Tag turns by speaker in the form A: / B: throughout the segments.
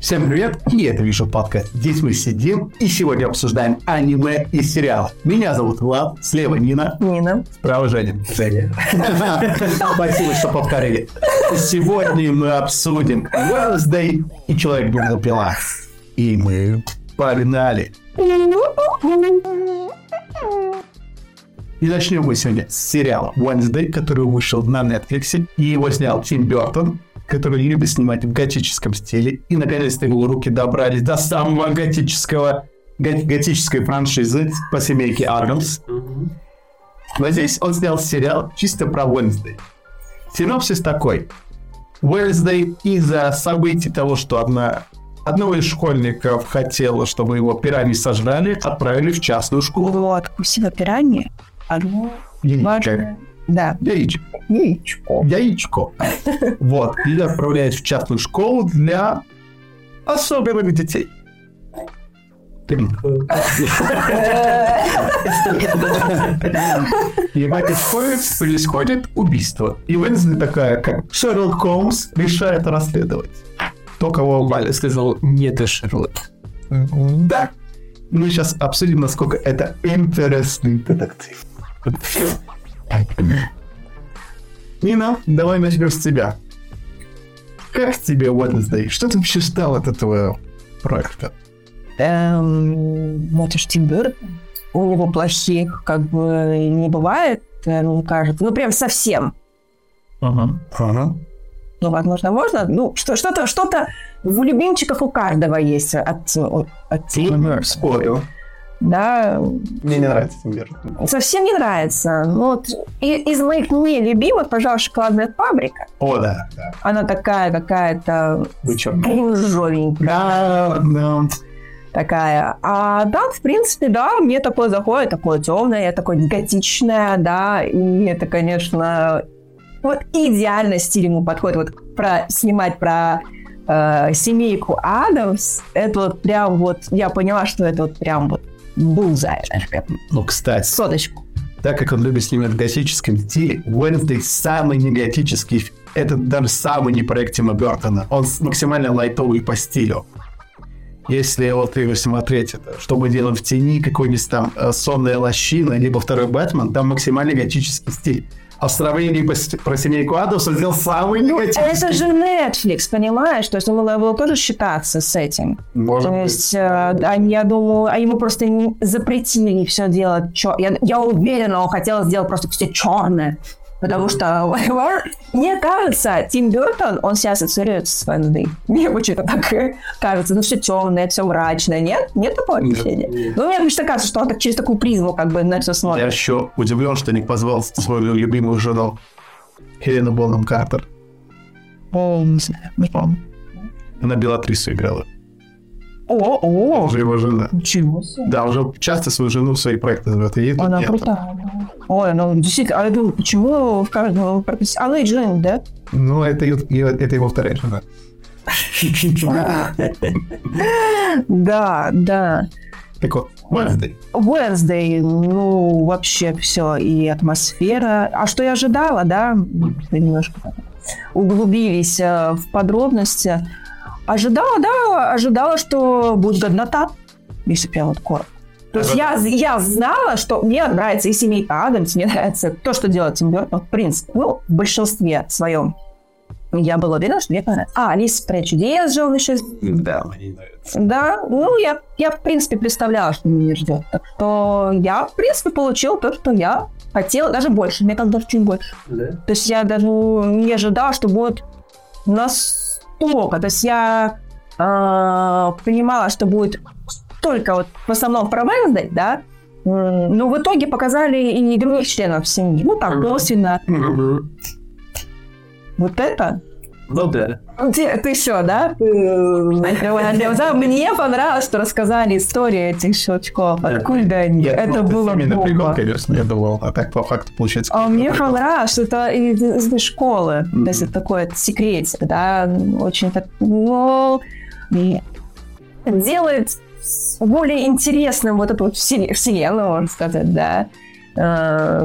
A: Всем привет, и это Виша Папка. Здесь мы сидим и сегодня обсуждаем аниме и сериал. Меня зовут Влад, слева Нина,
B: Нина.
A: справа Женя. Женя. Спасибо, что повторили. Сегодня мы обсудим Wednesday и Человек бензопила. И мы погнали. И начнем мы сегодня с сериала Wednesday, который вышел на Netflix, и его снял Тим Бертон, который любит снимать в готическом стиле. И наконец-то его руки добрались до самого готического, го- готической франшизы по семейке Адамс. Но здесь он снял сериал чисто про Wednesday. Синопсис такой. Wednesday из-за событий того, что одна, одного из школьников хотела, чтобы его пираньи сожрали, отправили в частную школу.
B: Вот, откусила пираньи. Одну
A: Яичко.
B: важную. Да.
A: Яичко.
B: Яичко.
A: яичко. Вот. И отправляют в частную школу для особенных детей. И в этой школе происходит убийство. И Уинсли такая, как Шерлок Холмс, решает расследовать. То, кого убрали.
C: Я сказал, не ты Шерлок.
A: Да. Мы сейчас обсудим, насколько это интересный детектив. Нина, давай начнем с тебя. Как тебе Wednesday? Что ты вообще ждал от этого проекта?
B: Эм, это ж Тим Бёртон. У него плохих как бы не бывает, э, мне кажется. Ну, прям совсем.
A: Ага. Ага.
B: Ну, возможно, можно. Ну, что- что-то, что-то в любимчиках у каждого есть от, от, от Тима.
A: Ну, Спорю.
B: Да,
A: Мне не нравится Тимбер.
B: совсем не нравится. Ну, вот и- из моих нелюбимых, пожалуй, шоколадная фабрика.
A: О, да. да.
B: Она такая какая-то ну,
A: Вы чё?
B: кринжовенькая.
A: Да, да.
B: такая. А да, в принципе, да, мне такое заходит, такое темное, такое готичное, да, и это, конечно, вот идеально стиль ему подходит. Вот про снимать про э, семейку Адамс, это вот прям вот, я поняла, что это вот прям вот был знаешь, прям
A: Ну, кстати,
B: соточку.
A: Так как он любит снимать в готическом стиле, Wednesday самый не готический, фи- это даже самый не проект Тима Бертона. Он с- максимально лайтовый по стилю. Если вот его смотреть, это «Что мы делаем в тени», какой-нибудь там э, «Сонная лощина», либо «Второй Бэтмен», там максимально готический стиль. А в сравнении по с- про «Семейку Адамс» он сделал самый не готический.
B: Это же Netflix, понимаешь? То есть он его тоже считаться с этим.
A: Может
B: То
A: быть.
B: есть, э, да, я думаю, а ему просто не- запретили все делать. чё- Я, я уверена, он хотел сделать просто все черное. Потому что, мне кажется, Тим Бертон, он себя ассоциирует с Вендой. Мне почему-то так э, кажется. Ну, все темное, все мрачное. Нет? Нет такого
A: Нет.
B: ощущения? Ну, мне обычно кажется, что он так через такую призму как бы на все смотрит.
A: Я еще удивлен, что Ник позвал свою любимую жену Хелену Бонном Картер. Она Белатрису играла.
B: О, о,
A: Уже его жена.
B: ничего себе.
A: Да, уже часто свою жену в свои проекты зовет. И ей тут
B: Она
A: нет.
B: крутая. да. Ой, ну, действительно, а я думаю, почему в каждом... Она и Джейн, да?
A: Ну, это, её- её- это его вторая жена.
B: Да, да.
A: Так вот, Wednesday.
B: Wednesday, ну, вообще все, и атмосфера. А что я ожидала, да? Мы немножко так углубились э, в подробности. Ожидала, да, ожидала, что будет годнота, если прям вот коротко. То есть я, я знала, что мне нравится и семейка Адамс, мне нравится то, что делает Тим Бёртон, в принципе, ну, в большинстве своем. Я была уверена, что мне понравится. А, Алиса в стране чудес же он еще
A: Да, мне не нравится.
B: да, ну я, я в принципе представляла, что меня ждет. Так что я, в принципе, получила то, что я хотела, даже больше, мне казалось, даже чуть больше.
C: Да?
B: То есть я даже не ожидала, что будет настолько. То есть я э, понимала, что будет только вот в основном про Wednesday, да, М, но в итоге показали и других членов семьи. Ну так,
C: Мгм.
B: косвенно.
C: Ну
B: Вот это
C: да.
B: Ты, ты еще, да? Открывай глаза. Мне понравилось, что рассказали историю этих щелчков.
C: Да.
B: Откуда они? Это было
A: напрягал,
B: бомба.
A: конечно, я думал. А так, по факту, получается...
B: А мне
A: напрягал.
B: понравилось, что это из, из этой школы.
A: Мгм.
B: То есть это такой секретик, да? Очень так... ну, и делает с- более интересным вот эту вот всене- вселенную, можно сказать, да? Э,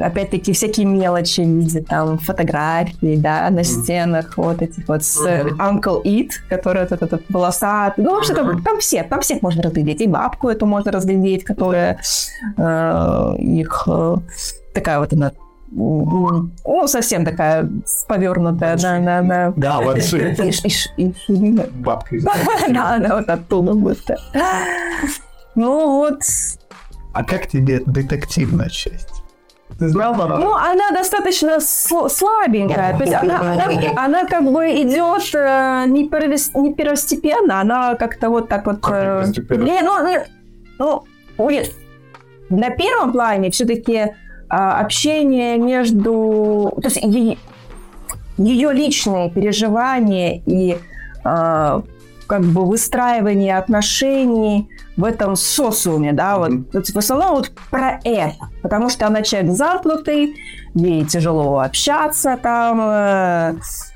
B: опять-таки всякие мелочи в виде там фотографий, да, на стенах вот этих вот с э,
C: Мгм.
B: Uncle It, который этот, этот волосатый, ну, в общем, там, там все, там всех можно разглядеть, и бабку эту можно разглядеть, которая э, их э, такая вот она, м, ну, совсем такая повернутая, да, да, да.
A: Да,
B: И
A: вообще.
B: ш- и ш- и ширина.
A: Бабка.
B: Да, она вот оттуда будто. Ну вот,
A: А как тебе детективная часть? Ты знал, Барон?
B: ну она достаточно сл- слабенькая, то есть она, она- она как бы идет э, не, первос- не первостепенно, она как-то вот так вот...
A: Как не
B: э,
A: первостепенно?
B: не, ну, э, ну, блин, на первом плане все-таки общение между... То есть е- ее личные переживания и а, как бы выстраивание отношений в этом социуме, да, вот.
A: Мгм.
B: То есть в основном вот про это, потому что она человек замкнутый, ей тяжело общаться там, э,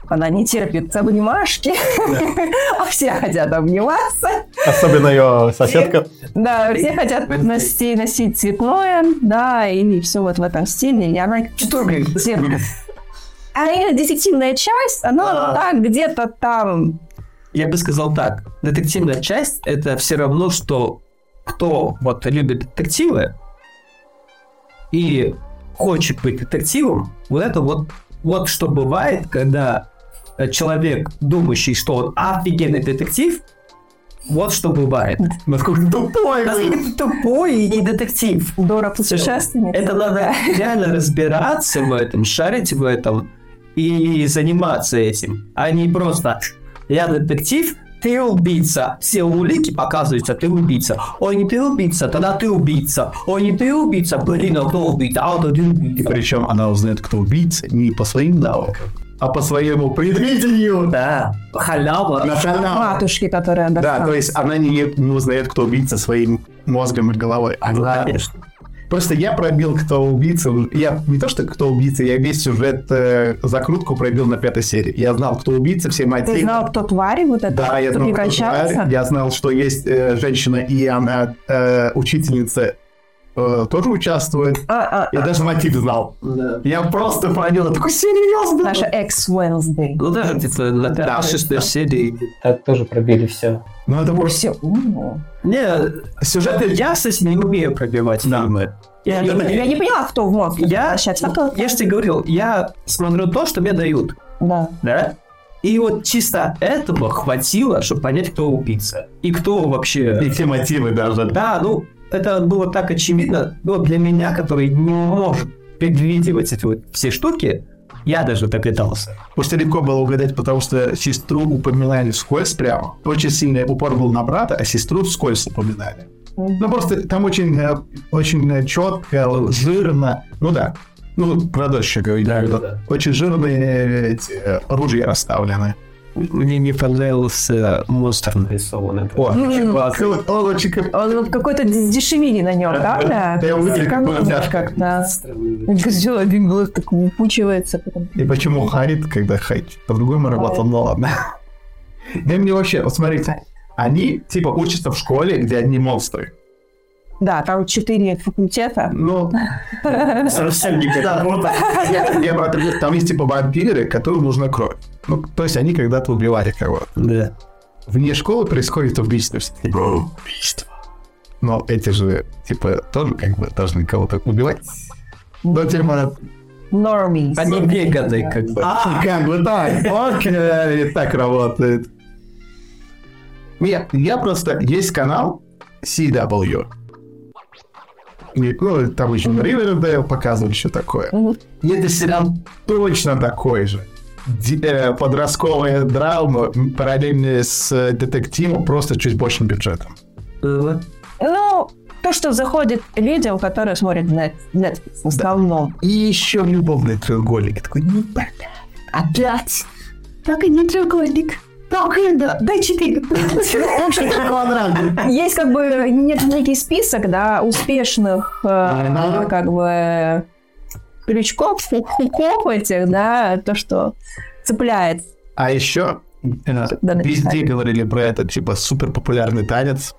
B: она не терпит обнимашки, а все хотят обниматься,
D: Особенно ее соседка.
A: Э,
B: да, все хотят носить, носить цветное, да, и все вот в этом стиле, и она
A: Что, блин?
B: Зеркало. а именно детективная часть, она
C: А.
B: так где-то там.
C: Я бы сказал так. Детективная часть это все равно, что кто вот любит детективы и хочет быть детективом, вот это вот, вот что бывает, когда э, человек, думающий, что он офигенный детектив, вот что бывает.
A: Насколько тупой,
C: Насколько
A: блин.
C: ты тупой и не детектив.
B: Дора путешественница.
C: Это надо реально разбираться в этом, шарить в этом и заниматься этим, а не просто «я детектив, ты убийца». Все улики показываются, ты убийца. Ой, не ты убийца, тогда ты убийца. Ой, не ты убийца, блин, а кто убийца? А вот ты
A: И
C: убийца.
A: причем она узнает, кто убийца, не по своим навыкам, а по своему предвидению.
C: Да, халява.
A: Она шальная.
B: Матушки, которая
A: Да,
B: достала.
A: то есть она не, не узнает, кто убийца своим мозгом и головой. Она...
C: Конечно.
A: Просто я пробил, кто убийца. Я не то, что кто убийца, я весь сюжет, э, закрутку пробил на пятой серии. Я знал, кто убийца, все мои
B: Ты знал, кто твари вот это?
A: Да, я
B: кто
A: знал, кто
B: превращался?
A: тварь. Я знал, что есть э, женщина, и она э, учительница э, тоже участвует.
B: А, а,
A: Я даже мотив знал.
C: Да.
A: Я просто понял, я такой серьезно.
B: наша экс Уэнсдей.
C: Ну да, где-то на
A: Да.
C: шестой серии.
E: Так тоже пробили все.
A: Ну, это просто...
B: Все. умные.
C: Не, сюжеты я, кстати, не умею пробивать
A: Да.
C: фильмы. Я,
B: Я,
C: не-
B: не поняла, кто в мозг
C: я,
B: превращается. А кто?
C: я же тебе говорил, я смотрю то, что мне дают.
B: Да.
C: да? И вот чисто этого хватило, чтобы понять, кто убийца. И кто вообще...
A: И все мотивы даже.
C: Да, ну, это было так очевидно. Но для меня, который не может предвидеть эти вот все штуки, я даже догадался.
A: Просто легко было угадать, потому что сестру упоминали скользь прямо. Очень сильный упор был на брата, а сестру скользь упоминали. Ну, просто там очень, э, очень э, четко, жирно. Ну да. Ну, про дочь я говорю.
C: Да,
A: да.
C: да, да.
A: Очень жирные э, эти, э, ружья расставлены.
C: Мне не понравился монстр нарисованный.
A: О,
B: М.
A: классно. Он очень как-
B: Он вот какой-то дес- дешевили на нем, да? Да,
A: Да, я увидел, как было, да.
B: как-то. Он всё, один глаз так выпучивается. потом-
A: И почему Харит, когда Хайт по-другому работал, ну ладно. Да мне вообще, вот смотрите, они типа учатся в школе, где одни монстры.
B: Да, там четыре факультета.
A: Ну,
E: Совсем не
A: я- я про это говорю, там есть типа вампиры, которым нужна кровь. Ну, то есть они когда-то убивали кого-то.
C: Да.
A: Вне школы происходит убийство. Все такие, «Бро, Убийство. Но эти же, типа, тоже как бы должны кого-то убивать. Но типа,
B: Нормис.
C: Они веганы, как бы.
A: А, как бы так. Вот э, так работает. Нет, я просто... Есть канал CW. И, ну, там еще Ривердейл показывали, что такое.
B: Мгм.
A: И это сериал точно такой же. Ди- э, подростковая драма, м, параллельная с э, детективом, просто чуть большим бюджетом.
C: Э,
B: Ну, то, что заходит людям, которые смотрят нет- Netflix в основном.
A: И еще любовный треугольник. Я такой, ну, блин.
B: Опять? Так и не треугольник. Так и да. Дай четыре. Есть как бы нет некий список, да, успешных э, как бы крючков, ху- хуков этих, да, то, что цепляет.
A: А еще э,
B: Да,
A: везде говорили про этот типа супер популярный танец.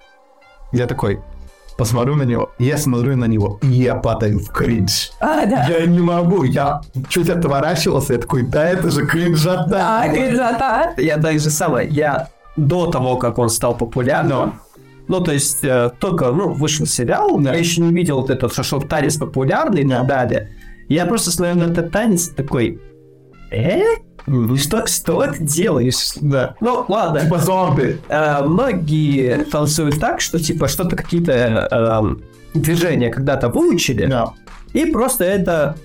A: Я такой, посмотрю на него, я смотрю на него, и я падаю в кринж.
B: А, да.
A: Я не могу, я чуть отворачивался, я такой, да это же кринжата.
B: А, кринжата.
C: Я даже самое, я до того, как он стал популярным, ну, то есть, э, только, ну, вышел сериал,
A: Да.
C: я еще не видел вот этот, что, что танец популярный и так далее. Я просто смотрел на этот танец и такой, э? Что, что ты делаешь?
A: Да.
C: Ну, ладно.
A: Типа зомби.
C: Э, многие танцуют так, что, типа, что-то какие-то э, эм, движения когда-то выучили,
A: Да.
C: и просто это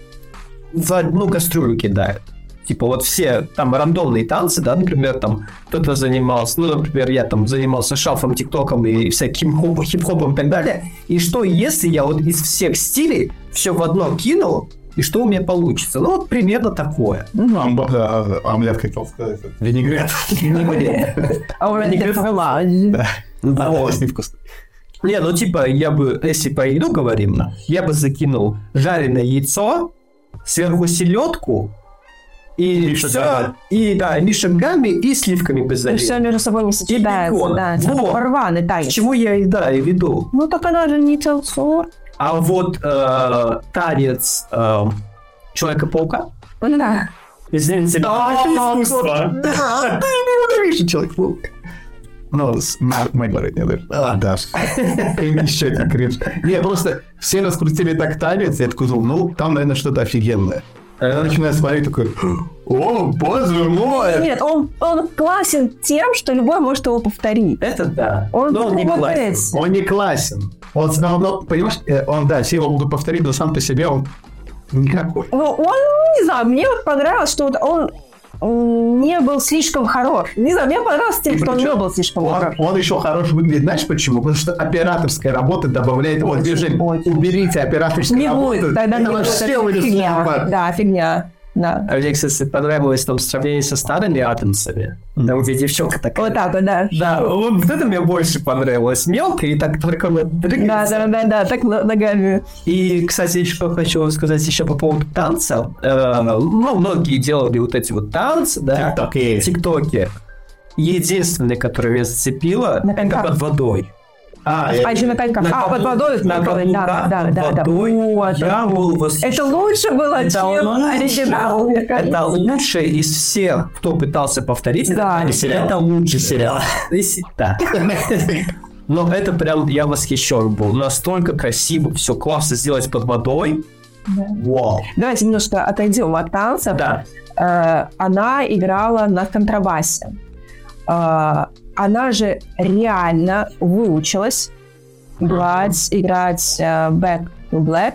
C: за одну кастрюлю кидают. Типа вот все там рандомные танцы, да, например, там кто-то занимался, ну, например, я там занимался шафом, тиктоком и всяким хоп- хип-хопом и так далее. И что, если я вот из всех стилей все в одно кинул, и что у меня получится? Ну, вот примерно такое.
A: Ну, амба- э, омлет хотел сказать. Винегрет.
B: Already
C: Нигде-
B: for lunch.
A: А,
C: Вот.
A: очень вкусно.
C: Не, ну типа, я бы, если по еду говорим, я бы закинул жареное яйцо, сверху селедку, и,
A: И
C: всё,
A: шагами.
C: и да, и шагами, и сливками бы залил.
B: Все между собой не сочетается,
C: бекон.
B: да.
C: Вот.
B: Рваный
C: К
B: танец.
C: чему я и да, и веду.
B: Ну так она же не танцор.
C: А вот э, танец э, Человека-паука.
B: Ну да.
E: Извините,
C: Да,
E: это искусство.
C: Да, ты ненавижу Человек-паук.
A: Ну, с- м- мы говорить не дашь.
B: А.
A: Да. Еще один кринж. Не, просто все раскрутили так танец, я такой думал, ну, там, наверное, что-то офигенное. А я
C: Э,
A: начинаю смотреть, такой, о, боже мой!
B: Нет, он, он классен тем, что любой может его повторить.
C: Это да.
B: Он
C: Но он не классен.
B: работает.
A: Он не классен. Он все равно, понимаешь, э, он, да, все его могут повторить, но сам по себе он никакой.
B: Ну, он, не знаю, мне вот понравилось, что вот он м, не был слишком хорош. Не знаю, мне понравилось тем, что он не
A: причем
B: был слишком
A: Он,
B: хорош.
A: он еще хорош выглядит, знаешь почему? Потому что операторская работа добавляет его
B: Очень,
A: движение.
B: очень.
A: Уберите операторскую
B: Не
A: работу.
B: будет, тогда не
A: это
B: будет.
A: вообще
B: Это
A: будет
B: Фигня.
A: слабо.
B: Да, фигня. Да.
C: Мне, кстати, понравилось там сравнение со старыми атомсами. Там, где девчонка такая.
B: Вот так вот, да.
C: Да, вот это мне больше понравилось. Мелко и так только вот
B: Да,
C: дрыгается.
B: да, да, да, так но- ногами.
C: И, кстати, еще хочу сказать еще по поводу танца. Э, ну, многие делали вот эти вот танцы, да,
A: Так, так и есть.
C: тиктоки. Единственный, который меня зацепило,
B: На
C: это
B: коньках.
C: под водой.
A: А, я-
B: А еще на коньках.
C: На
B: А, под
C: каблуках,
B: водой.
C: на
B: под водой, Да,
C: каблуках,
B: да,
C: под
B: да, да.
C: водой.
B: Вот.
C: Я был восхищен.
B: Это лучше было,
C: Это
B: чем
C: лучше.
B: оригинал. мне кажется.
C: Это лучший из всех, кто пытался повторить.
B: Да.
C: этот сериал. Это лучший сериал. Если- Да. Но это прям, я восхищен был. Настолько красиво, все классно сделать под водой. Вау.
B: Давайте немножко отойдем от танцев.
C: Да.
B: Э, она играла на контрабасе. Э, она же реально выучилась играть, играть э, Back to Black,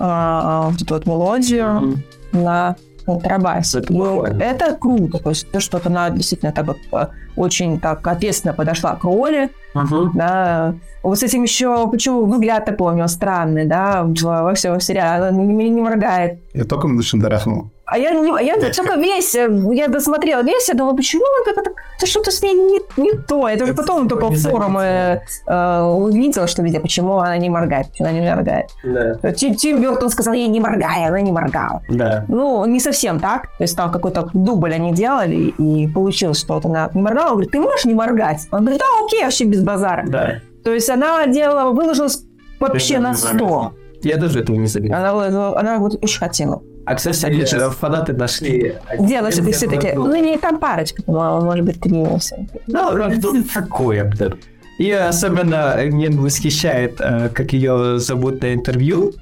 B: э, вот эту вот мелодию на контрабасе.
C: Это
B: Ну,
C: прикольно.
B: это круто, то есть то, что вот она действительно так вот э, очень так ответственно подошла к роли,
C: Мгм.
B: да. Вот с этим еще, почему взгляд такой у него странный, да, во во всем сериале, она не, не моргает,
A: я только мышем дорахнул.
B: а я, не- а я только весь, э, я досмотрела весь, я думала, почему он как-то так- да что-то с ней не, не то. Это уже
C: Это
B: потом только в
C: обязательно.
B: форуме э, увидела, что везде, почему она не моргает, почему она не моргает. Э,
C: Да.
B: Тим, Тим Бёртон сказал ей не моргай, она не моргала.
C: Да.
B: Ну, не совсем так. То есть там какой-то дубль они делали, и получилось, что вот она не моргала. Он говорит, ты можешь не моргать? Он говорит, да, окей, вообще без базара.
C: Да.
B: То есть она делала, выложилась вообще на 100.
C: Я даже этого не заметил.
B: Она, выложила- она вот очень хотела.
C: А, кстати, они же, э, фанаты нашли...
B: Где наши все такие?
C: Ну,
B: Ну, не, там парочка, по-моему, может быть, три. всё.
C: Да, что это такое, блин? И особенно меня восхищает, э, как ее зовут на интервью,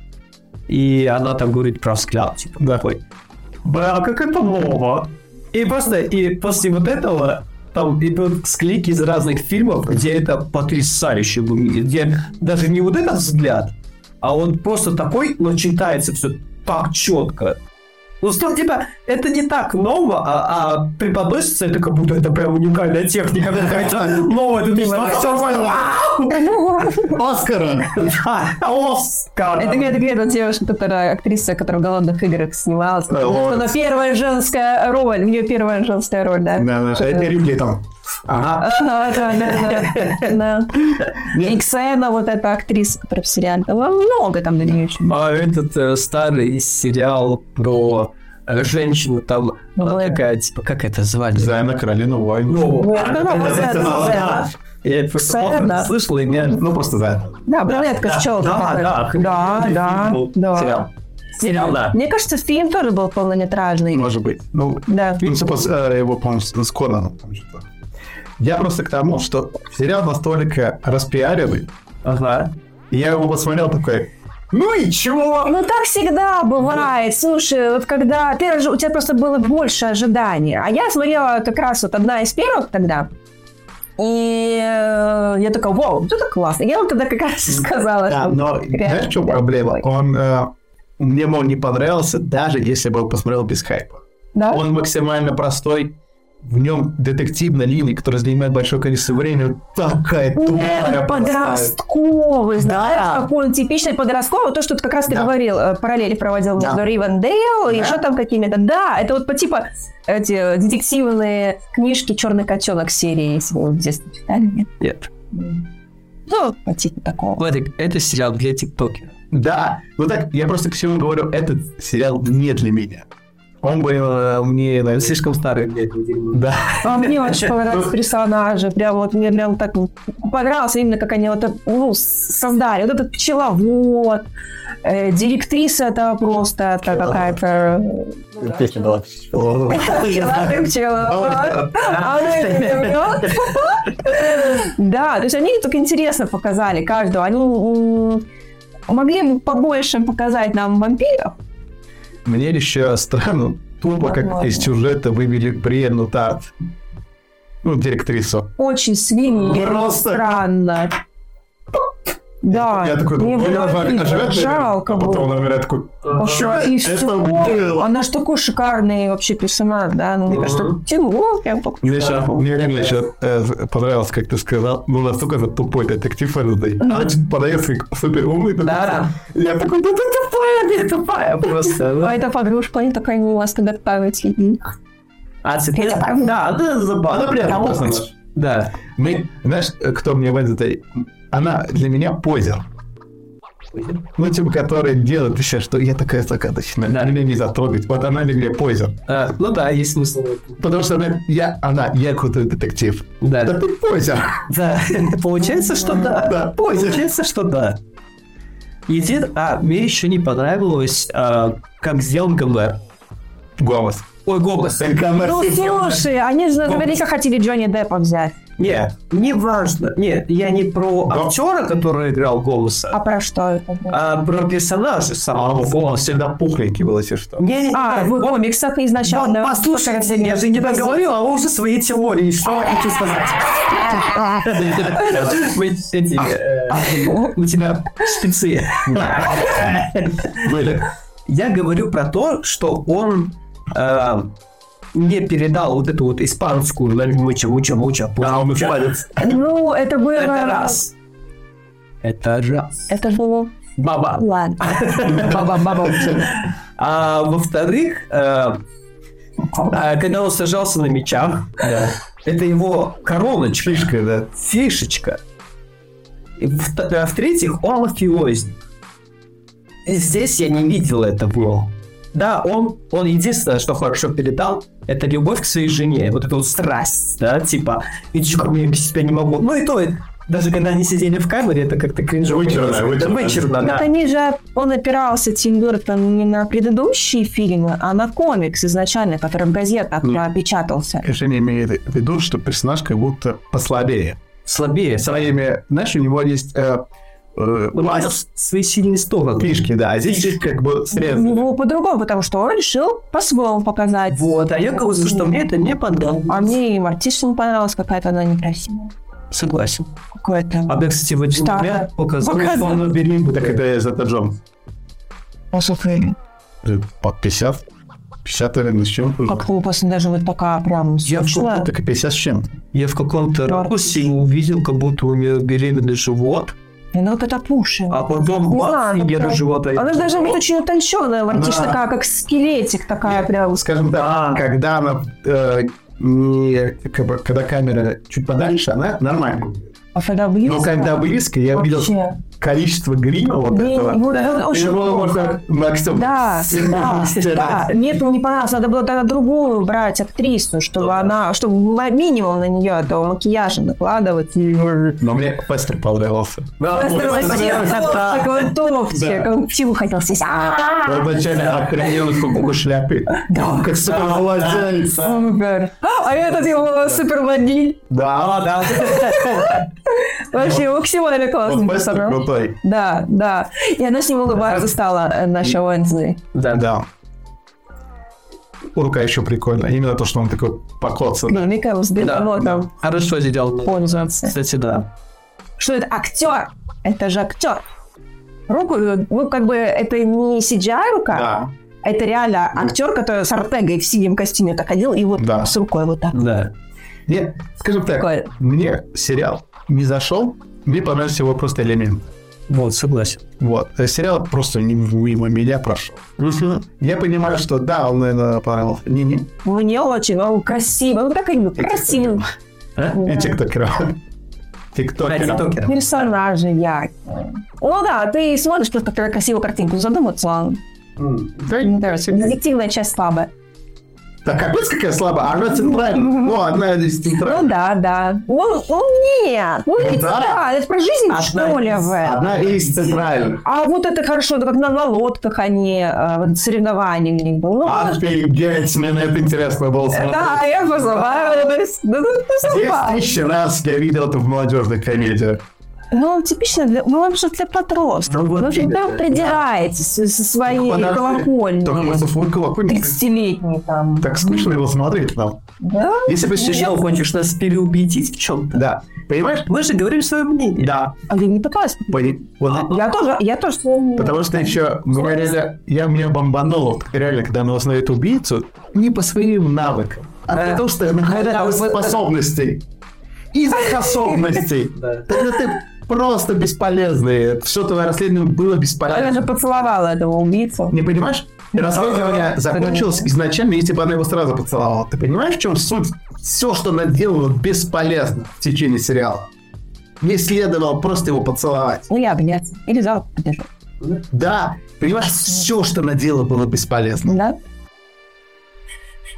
C: и она там говорит про взгляд, типа, такой, бля, как это ново. И просто, и после вот этого там идут склейки из разных фильмов, где это потрясающе выглядит, где даже не вот этот взгляд, а он просто такой, но читается все так четко. Ну, что, типа, это не так ново, а, а преподносится это как будто это прям уникальная техника. Хотя новое, это типа, не ну
A: Оскара!
C: Оскар!
B: Это какая-то какая-то девушка, которая актриса, которая в «Голодных играх» снималась.
A: Э, вот.
B: Она первая женская роль. У нее первая женская роль, да.
A: Да, да, это Римли там. Ага.
B: Ага, да, да, да, да.
A: Нет.
B: Иксена, вот эта актриса, которая в сериале. Было много там на нее очень.
C: А этот э, старый сериал про э, женщину там,
B: Ну,
C: она
B: ладно.
C: такая, типа, как это звали?
A: Зайна Каролина Вайн.
C: Ну,
B: Ну, это
C: да,
B: да,
C: да,
B: да,
C: да,
B: да,
C: да. Я просто
B: Сцена.
C: плохо слышал, и меня...
A: Ну, просто да.
B: Да, брюнетка с челкой.
C: Да,
B: такая.
C: да.
B: Да, да,
C: Фильм был,
B: да.
C: Сериал. Сериал, да.
B: Мне кажется, фильм тоже был полнометражный.
A: Может быть. Ну,
B: Да.
A: Фильм типа, с, э, его, по-моему, с с Конаном там что-то. Я просто к тому, что сериал настолько распиаренный.
C: Ага.
A: Я его посмотрел такой, ну и чего?
B: Ну так всегда бывает. Слушай, вот когда первый же у тебя просто было больше ожиданий. А я смотрела как раз вот одна из первых тогда. И э, я такая, вау, вот это классно. Я вам тогда как раз и сказала.
A: Да,
B: что
A: но
B: реально
A: знаешь, в чем
B: классно.
A: проблема? Он э, мне, мол, не понравился, даже если бы его посмотрел без хайпа.
B: Да?
A: Он максимально простой, в нем детективная линия, которая занимает большое количество времени, такая тупая. простая.
B: Нет, подростковый, знаешь, какой он типичный подростковый, то, что ты как раз ты
A: Да.
B: говорил, э, параллели проводил
A: Да.
B: между Ривенделл и еще там какими-то. Да, это вот по типа эти э, детективные книжки «Черный котенок» серии, если вы в детстве читали, нет?
C: Нет.
B: Ну,
D: А
B: по
D: типа
B: типу такого.
C: Владик, это сериал для тиктокера.
A: Да, ну так, я просто к чему говорю, этот сериал не для меня. Он бы э, мне, наверное, слишком...
C: Слишком старый.
A: Да.
B: А мне очень понравились персонажи, прям вот мне прям так вот понравилось именно, как они вот это, ну, с- создали. Вот этот пчеловод, э, директриса это просто та какая-то... э, ну да.
D: Песня была.
B: Пчела,
D: Ну,
B: пчела. А она это берет. Да, то есть они так интересно показали каждого. Они ну, м, могли бы побольше показать нам вампиров.
A: Мне еще странно, тупо как
B: Возможно.
A: из сюжета вывели Бриенну Тарт. Ну, директрису.
B: Очень свиньи.
A: Просто.
B: Странно. Да.
A: я такой,
B: мне
A: думаю,
B: было
A: она
B: обидно,
A: жар- живет,
B: жалко
A: а потом
B: было.
A: он умирает такой,
B: А
A: «Чё
B: и всё.
A: это было?
B: Она ж такой шикарный вообще персонаж, да, ну, мне кажется, тянуло прям по-
A: Мне, еще, мне реально еще э, понравилось, как ты сказал, ну настолько это тупой детектив Фэнтези.
B: Ну.
A: Она типа подается как супер умный.
C: Да.
A: Я такой, да ты тупая, ты тупая просто.
B: А эта подружка, они такая милая, когда ставят ей.
C: А теперь... Да, да, забавно.
A: Она приятный
C: Да,
A: персонаж.
C: Да.
A: Мы, знаешь, э, кто мне в этой... Она для меня позер. Ну, типа, который делает еще, что я такая загадочная.
C: Да.
A: Меня не затрогать. Вот она для меня позер.
C: А, ну да, есть смысл.
A: Потому что она, я, она, я крутой детектив. Да
C: Да.
A: ты позер.
C: Да. Получается, что да.
A: Да, позер.
C: Получается, что да. Един, а мне еще не понравилось, а, как сделан ГМР.
A: Голос.
C: Ой, голос.
B: Ну, слушай, они же наверняка хотели Джонни Деппа взять.
C: Нет, не важно. Нет, я не про
A: Да.
C: актера, который играл голоса,
B: А про что это?
C: а про персонажа
A: А
C: самого.
A: он, он всегда пухленький был, если что.
C: Не, не,
A: Э,
B: А, в комиксах изначально.
C: послушай, я же не договорил, а он уже свои теории. Что я хочу сказать? Мы эти, э, У тебя спецы.
A: Были.
C: Я говорю про то, что он э, не передал вот эту вот испанскую да, муча, муча, муча.
A: Да, он испанец.
B: Ну, это было...
C: Это раз. Это раз.
B: Это же...
C: Баба.
B: Ладно. Баба-баба.
C: А во-вторых, э, а, когда он сажался на мечах, это его короночка,
A: Фишка, да.
C: фишечка. И в- а, в-третьих, он мафиозник. И здесь я не видел этого. Да, он, он единственное, что хорошо передал, это любовь к своей жене, вот эту вот страсть, да, типа, ничего кроме я без тебя не могу. Ну и то, и даже когда они сидели в камере, это как-то кринжово.
A: Вычурно,
C: Это
A: вычурно.
C: вычурно,
B: Вот
C: да.
B: они же... Он опирался, Тим Бёртон, не на предыдущие фильмы, а на комикс изначально, который в газетах
A: Ну.
B: печатался.
A: Конечно, не имеет в виду, что персонаж как будто послабее.
C: Слабее,
A: Своими, знаешь, у него есть э, э,
C: с- свои сильные стороны.
A: фишки, да. А здесь как бы срез.
B: Ну, по-другому, потому что он решил по-своему показать.
C: Вот, а я говорю, что мне это не понравилось.
B: А мне и Мартишина понравилась, какая-то она некрасивая.
C: Согласен.
B: Какое-то...
C: А мне, кстати, в один
B: Старая.
C: момент показал,
B: Показал.
C: что он Берлин
A: Так это я за Джон. Под 50? 50 или ну, с чем?
B: Как лопасна даже вот такая прям
C: Я
B: сочла.
A: Так и 50 с чем?
C: Я в каком-то
B: Да.
C: ракурсе увидел, как будто у нее беременный живот,
B: И она вот это пуши.
C: а потом
B: Не
C: бац,
B: знаю,
C: и нет
B: как-то.
C: живота.
B: Она же даже вот очень утонченная, Мартиш
A: Да.
B: такая, как скелетик такая прям.
A: Скажем так, когда она э, не- как бы, когда камера чуть подальше, она нормально.
B: А когда близко,
A: Но ну, когда близко, я увидел
B: вообще.
A: количество грима вот
B: Блин,
A: этого.
B: вот это очень
A: И было
B: плохо.
A: можно Максом
B: Да, да, да.
A: стирать.
B: А, Мне это не понравилось. Надо было тогда другую брать актрису, чтобы она, чтобы было минимум на нее этого макияжа накладывать. И
A: Но мне Пестер понравился.
B: Так вот, топчик. Он всего хотел сесть. А,
A: Он вначале охренел в куку шляпы.
B: Да.
A: Как супервладелец.
B: супер. А этот его супер
A: Да, да.
B: Вообще максимально классный
A: Он Пестер
B: персонаж.
A: крутой.
B: Да, да. И она с ним улыбаться стала, э, наша Уэнсли.
C: Да.
A: Да. Рука еще прикольная. Именно то, что он такой покоцанный.
B: Ну, Мика с
C: Да.
B: беремотом
C: Хорошо сделал.
B: пользоваться.
C: Кстати, да.
B: Что это? Актер! Это же актер. Руку, э, ну, как бы, это не CGI-рука,
A: Да.
B: это реально актер, который с Артегой в синем костюме так ходил, и вот
A: Да.
B: с рукой вот так.
C: Да.
A: Нет, скажем так,
B: Такой.
A: мне сериал не зашел, мне понравился его просто элемент.
C: Вот, согласен.
A: Вот. Э, Сериал просто не- мимо меня прошел. Я понимаю, что да, он, наверное, понравился. Не-не,
B: Мне очень, он красивый, он такой ну, красивый.
A: и тиктокера. Тиктокера.
C: тиктокера.
B: Персонажи яркие. Ну да, ты смотришь просто такую красивую картинку, задуматься ладно.
A: М, Да,
B: Мне нравится. Детективная часть слабая.
A: так капец какая слабая, она центральная. О, одна из
B: Ну
A: центральных.
B: да, да. Ну, ну, нет, ну
A: Ну
B: ведь
A: да.
B: да, это про жизнь, что ли, в этом?
A: Одна из центральных.
B: А вот это хорошо, это как на, на лодках они, э, вот соревнования у них было. Ну,
A: А, Офигеть, мне на это интересно было смотреть.
B: да, я позабавилась. Да, ну, позабавилась.
A: 10 тысяч раз я видел это в молодежных комедиях.
B: Ну, типично, для, ну, вообще для
A: Ну,
B: подростков.
A: вот
B: Вы же
A: именно,
B: там придираетесь со- со своей
A: Подожди. Только
B: колокольни.
A: вот свой колокольник.
B: 30-летний там.
A: Так скучно его смотреть нам.
B: Ну, Да?
A: Если бы
C: Сначала
A: сейчас...
C: хочешь нас переубедить в чем-то.
A: Да. Понимаешь?
C: Мы же говорим свое мнение.
A: Да.
B: А я не пыталась.
A: Пони- вот.
B: Я тоже, я тоже...
A: Потому что еще говорили, я меня бомбануло, вот реально, когда она узнает убийцу, не по своим навыкам, а
C: Э,
A: потому что она
C: да,
A: из
C: вот-
A: способностей. Из способностей.
C: Да.
A: Тогда ты просто бесполезный. Все твое расследование было
B: Она
A: бесполезно.
B: же поцеловала этого убийцу.
A: Не понимаешь? И Расследование закончилось изначально, если бы она его сразу поцеловала. Ты понимаешь, в чем суть? Все, что она делала, бесполезно в течение сериала. Не следовало просто его поцеловать.
B: Ну, я обняться. Или за руку подержу.
A: Да, понимаешь, все, что она делала, было бесполезно.
B: Да?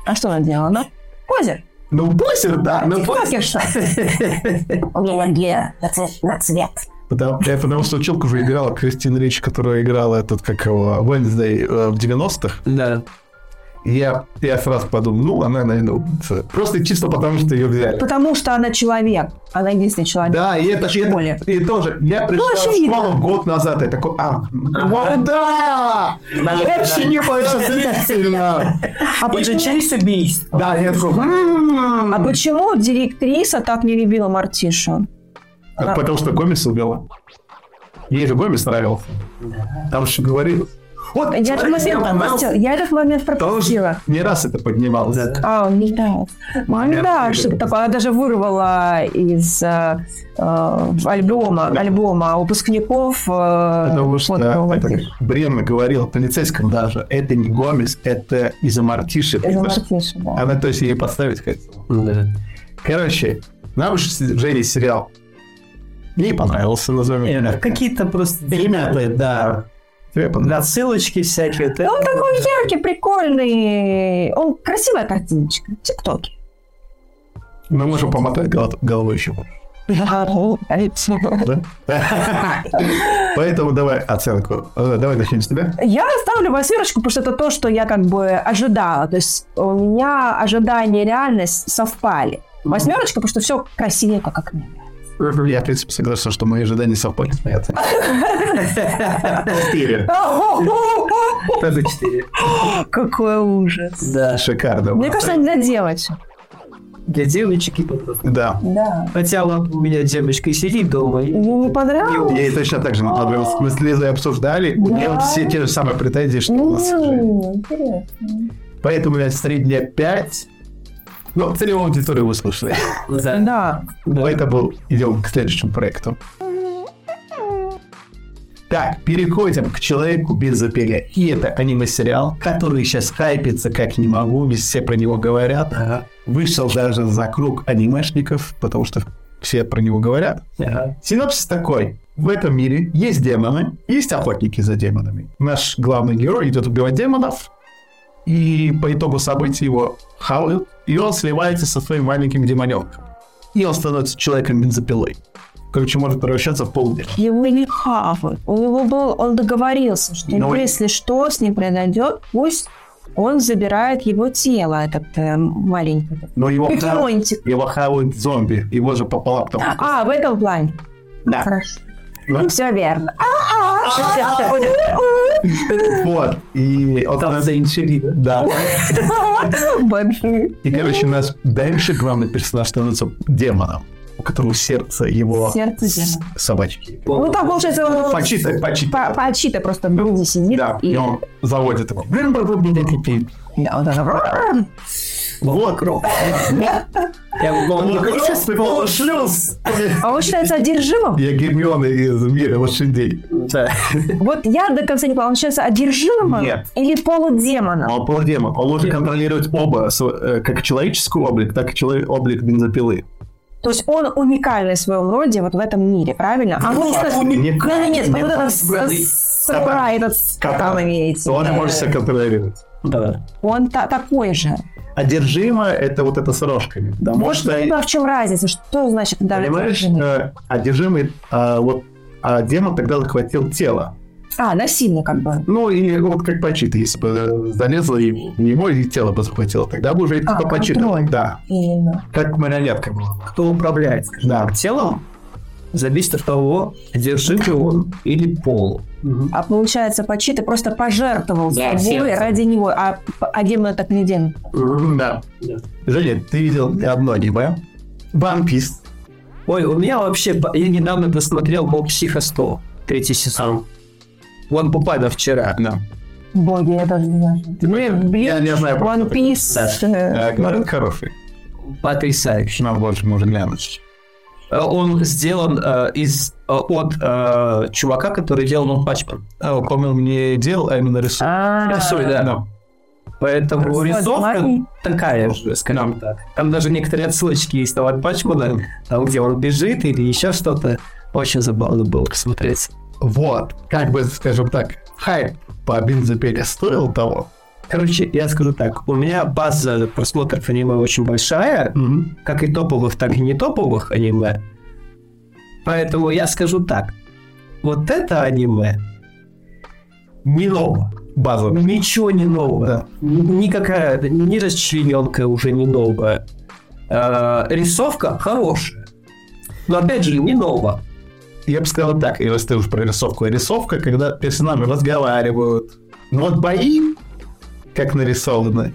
B: А что она делала? Она позер.
A: Ну, бусер, да, ну, бусер.
B: Позер, что? У меня аллергия на цвет. на цвет.
A: Потому, я потому что училку уже играла Кристин Рич, которая играла этот, как его, Wednesday э, в 90-х.
C: Да.
A: И я, я сразу подумал, ну, она, наверное, убийца. Просто чисто потому, что ее взяли.
B: Потому что она человек. Она единственный человек.
A: Да, и это же...
B: Более.
A: И тоже, я пришел в
B: очевидно.
A: школу год назад, я такой, а, вот да! Вообще не поверхностно!
B: А почему-
C: через убийство.
A: Да, я такой, «М-м-м».
B: А почему директриса так не любила Мартишу?
A: А Потому что Гомес убила. Ей же Гомес нравился. Там же говорил. Вот,
B: Я этот
A: смотри,
B: момент
A: Мел- Мел-
B: пропустила. Я этот момент пропустила.
A: Не раз это поднималось.
B: А, он не дал.
A: Я
B: Ну да,
A: тоже
B: что-то
A: пропустила.
B: такое. Она даже вырвала из э, э, альбома, альбома выпускников. э,
A: Потому что
B: фото
A: это
B: Мартиши.
A: как Бремна говорила полицейском даже, это не Гомес, это из-за Мартиши.
B: Из
A: понимаешь?
B: Мартиши, да.
A: Она, то есть, ей подставить хотела. Короче, нам же с Женей сериал. Ей понравился, назовем.
C: Э,
A: его.
C: Какие-то просто элементы, да.
A: Тебе понравилось?
C: Да, ссылочки всякие. вот это.
B: Он такой яркий, прикольный. Он красивая картиночка. Тиктоки.
A: Мы можем помотать голо- головой еще. Да? Поэтому давай оценку. Э, Давай начнем с тебя.
B: Я ставлю восьмерочку, потому что это то, что я как бы ожидала. То есть у меня ожидания и реальность совпали. Восьмерочка, потому что все красивенько, как мне.
A: Я, в принципе, согласен, что мои ожидания совпали с моей оценкой. Четыре.
C: Тоже четыре.
B: Какой ужас.
C: Да.
A: Шикарно.
B: Мне кажется, не для девочек.
C: Для девочек и подростков.
A: Да.
B: Да.
C: Хотя вот у меня девочка и сидит дома. и-
B: Мне не понравилось.
A: Ей точно так же не понравилось. Мы с Лизой обсуждали. У нее вот все те же самые претензии, что у нас.
B: Ну. М, интересно.
A: Поэтому у меня средняя 5. Ну, целевую аудиторию вы слушали.
C: Да.
B: Да.
C: Да.
A: Поэтому идем к следующему проекту. Так, переходим к «Человеку без запеля». И это аниме-сериал, который сейчас хайпится как не могу, везде все про него говорят. Вышел даже за круг анимешников, потому что все про него говорят.
C: Ага.
A: Синопсис такой. В этом мире есть демоны, есть охотники за демонами. Наш главный герой идет убивать демонов, и по итогу событий его хавают, и он сливается со своим маленьким демоненком. И он становится человеком бензопилой. Короче, может превращаться в полдень.
B: Его не хавают. У него был, он договорился, что
A: Ну и-
B: если что с ним произойдет, пусть он забирает его тело, этот э, маленький. этот
A: Но его, ха-
B: Леонтик.
A: его хавают зомби. Его же пополам там.
B: А, в этом плане.
A: Да.
B: Хорошо.
A: Да.
B: Все верно.
A: Вот. И он
C: Там
A: становится-
C: заинтрига.
A: Да.
B: Большие.
A: И, короче, наш дальше главный персонаж становится демоном, у которого сердце его
B: Сердце
A: с-
B: демона.
A: собачки.
B: Ну, там, получается, он
A: Почитай, почитай.
B: по- Пачита просто в груди сидит.
A: Да,
B: и-
A: и он заводит его.
B: Да, вот она.
A: Вот.
C: Я
A: Он
C: волну-
A: такой, «Шлюз, шлюз!»
B: А он считается одержимым?
A: Я Гермиона из мира лошадей.
C: Да.
B: Вот я до конца не поняла, он считается одержимым
A: Нет.
B: или полудемоном?
A: Он полудемон. Он может контролировать оба, св- э, как человеческий облик, так и человек- облик бензопилы.
B: То есть он уникальный в своем роде вот в этом мире, правильно? А ну, что-
A: уникальный.
B: Да, да, нет,
A: Не
B: вот этот с-
C: подобранный.
B: с- самурай этот с катанами эти.
A: Он
B: да.
A: может себя контролировать.
C: Да.
B: Он та- такой же.
A: Одержимо – это вот это с рожками. Да,
B: Вот ну, в чем разница? Что значит да,
A: Понимаешь,
B: одержимый?
A: э, одержимый, а, вот, а демон тогда захватил тело.
B: А, насильно как бы.
A: Ну, и вот как почита, если бы э, залезла и в него, и тело бы захватило, тогда бы уже это
B: А,
A: по почиту.
B: контроль.
A: Да,
B: Именно.
A: как марионетка была.
C: Кто управляет? скажем
A: Да.
C: так, Телом зависит от того, держит он или пол.
B: А получается, Пачита просто пожертвовал собой
E: Да, сердцем.
B: ради него, а, а демон так не делает.
A: Да. Женя, ты видел одно аниме? One Piece.
C: Ой, у меня вообще... по- Я недавно досмотрел «Бог психо 100», третий сезон. Вон буквально вчера.
B: Боги, я даже не знаю.
A: Ну, Я не знаю.
B: One
A: просто-
B: Piece. э,
A: Э, Говорят, хороший.
C: Потрясающе.
A: Нам больше можно глянуть.
C: Э, Он сделан э, из, э, от э, чувака, который делал Э, «Нон Пачман».
A: А, помнил, мне делал, а именно рисунок.
B: а,
C: Рисует, да. Поэтому
B: Рисует
C: рисовка
B: Марвин.
C: такая же, скажем так. Там даже некоторые отсылочки есть того от Пачмана, там, где он бежит или еще что-то. Очень забавно было посмотреть.
A: Вот, как бы, скажем так, хайп по бензопиле стоил того.
C: Короче, я скажу так. У меня база просмотров аниме очень большая, как и топовых, так и не топовых аниме. Поэтому я скажу так. Вот это аниме не ново.
A: Базовый.
C: Ничего не нового. Н- Никакая, ни расчлененка уже не новая. Э, рисовка хорошая. Но опять же, не ново.
A: я бы сказал так, если ты уж про рисовку. Рисовка, когда персонажи разговаривают. Но вот бои, как нарисованы,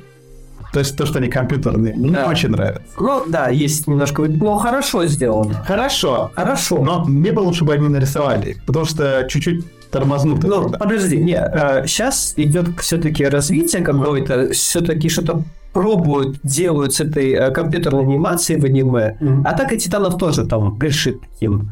A: то есть то, что они компьютерные, мне
C: Да.
A: очень нравится.
C: Ну да, есть немножко... Но хорошо сделано.
A: Хорошо,
C: Хорошо.
A: но мне бы лучше бы они нарисовали, их, потому что чуть-чуть тормознуто.
C: Ну,
A: иногда.
C: подожди, не, э, сейчас идет все-таки развитие какое-то, все-таки что-то пробуют, делают с этой э, компьютерной анимацией в аниме. Атака титанов тоже там грешит таким.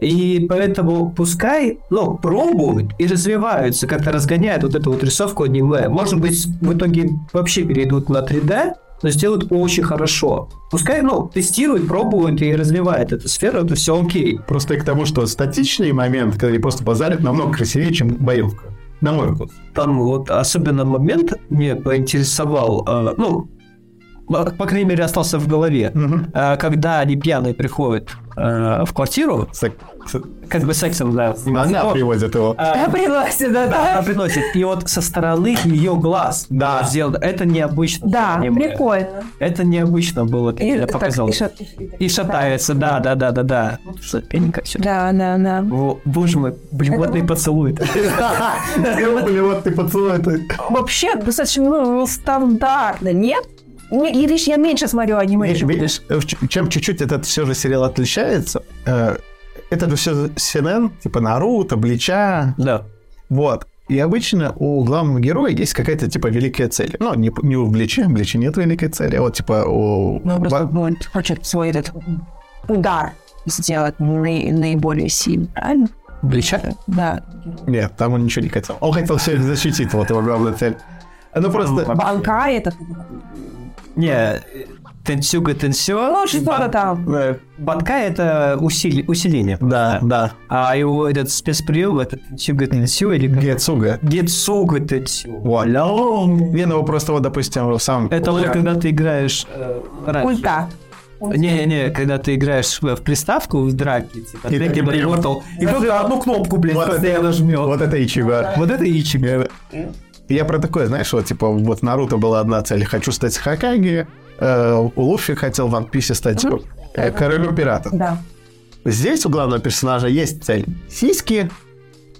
C: И поэтому пускай, ну, пробуют и развиваются, как-то разгоняют вот эту вот рисовку аниме. Может быть, в итоге вообще перейдут на 3D, но сделают очень хорошо. Пускай, ну, тестируют, пробуют и развивают эту сферу, это все окей.
A: Просто и к тому, что статичный момент, когда они просто базарят, намного красивее, чем боевка. На мой вкус.
C: там вот особенно момент мне поинтересовал, э, ну, а, по по крайней мере, остался в голове. Э, когда они пьяные приходят э, в квартиру,
A: Сек- с-
C: как бы сексом, да, занимаются,
A: Она
C: но,
A: привозит его.
B: Да, приносит, да, да.
C: она приносит, и вот со стороны ее глаз
A: Да.
C: сделано. Это необычно.
B: Да,
C: Аниме.
B: прикольно.
C: Это необычно было, как я
B: так,
C: показал.
B: и шат-
C: И шатается, да, да, да, да, да. Вот что, пенька, всё.
B: Да, да, да.
C: О, боже мой, блевотный поцелуй.
A: Или вот ты поцелуй, это-
B: Вообще, достаточно ну, стандартно, нет? Не, и лишь я меньше смотрю аниме.
A: Видишь, видишь, э, в ч- чем чуть-чуть этот все же сериал отличается, э, это же все CNN, типа Наруто, Блича,
C: Да.
A: вот. И обычно у главного героя есть какая-то, типа, великая цель. Ну, не, не у Блича, у Блича нет великой цели, а вот, типа, у...
B: Ну, просто
A: Ва-
B: ну, он хочет свой этот удар сделать наи- наиболее сильный, правильно?
C: Блича?
B: Да.
A: Нет, там он ничего не хотел. А Он хотел все защитить, вот его главная цель. Ну, просто...
B: Банка этот.
C: Не, Тенсюга Тенсё.
B: Ну, что-то там.
C: э, Банка это усили- усиление.
A: Да, да.
C: А его этот спецприем, это Тенсюга Тенсё или как?
A: Гецуга.
C: Гетсуга Тенсю.
A: Вот. Вен его просто, вот, допустим, сам...
C: Это вот когда ты играешь э, раньше.
B: Культа.
C: Не-не, когда ты играешь в в приставку в драке, типа,
A: И
C: ты
A: ты
C: прибортал, и только одну кнопку, блин,
A: Вот.
C: постоянно нажмёт.
A: Вот это Ичиго.
C: Вот это Ичига.
A: Я про такое, знаешь, вот типа вот Наруто была одна цель. Хочу стать Хакаги, э, у Луфи хотел в One Piece стать э, королем пиратов.
B: Да.
A: Здесь у главного персонажа есть цель. Сиськи.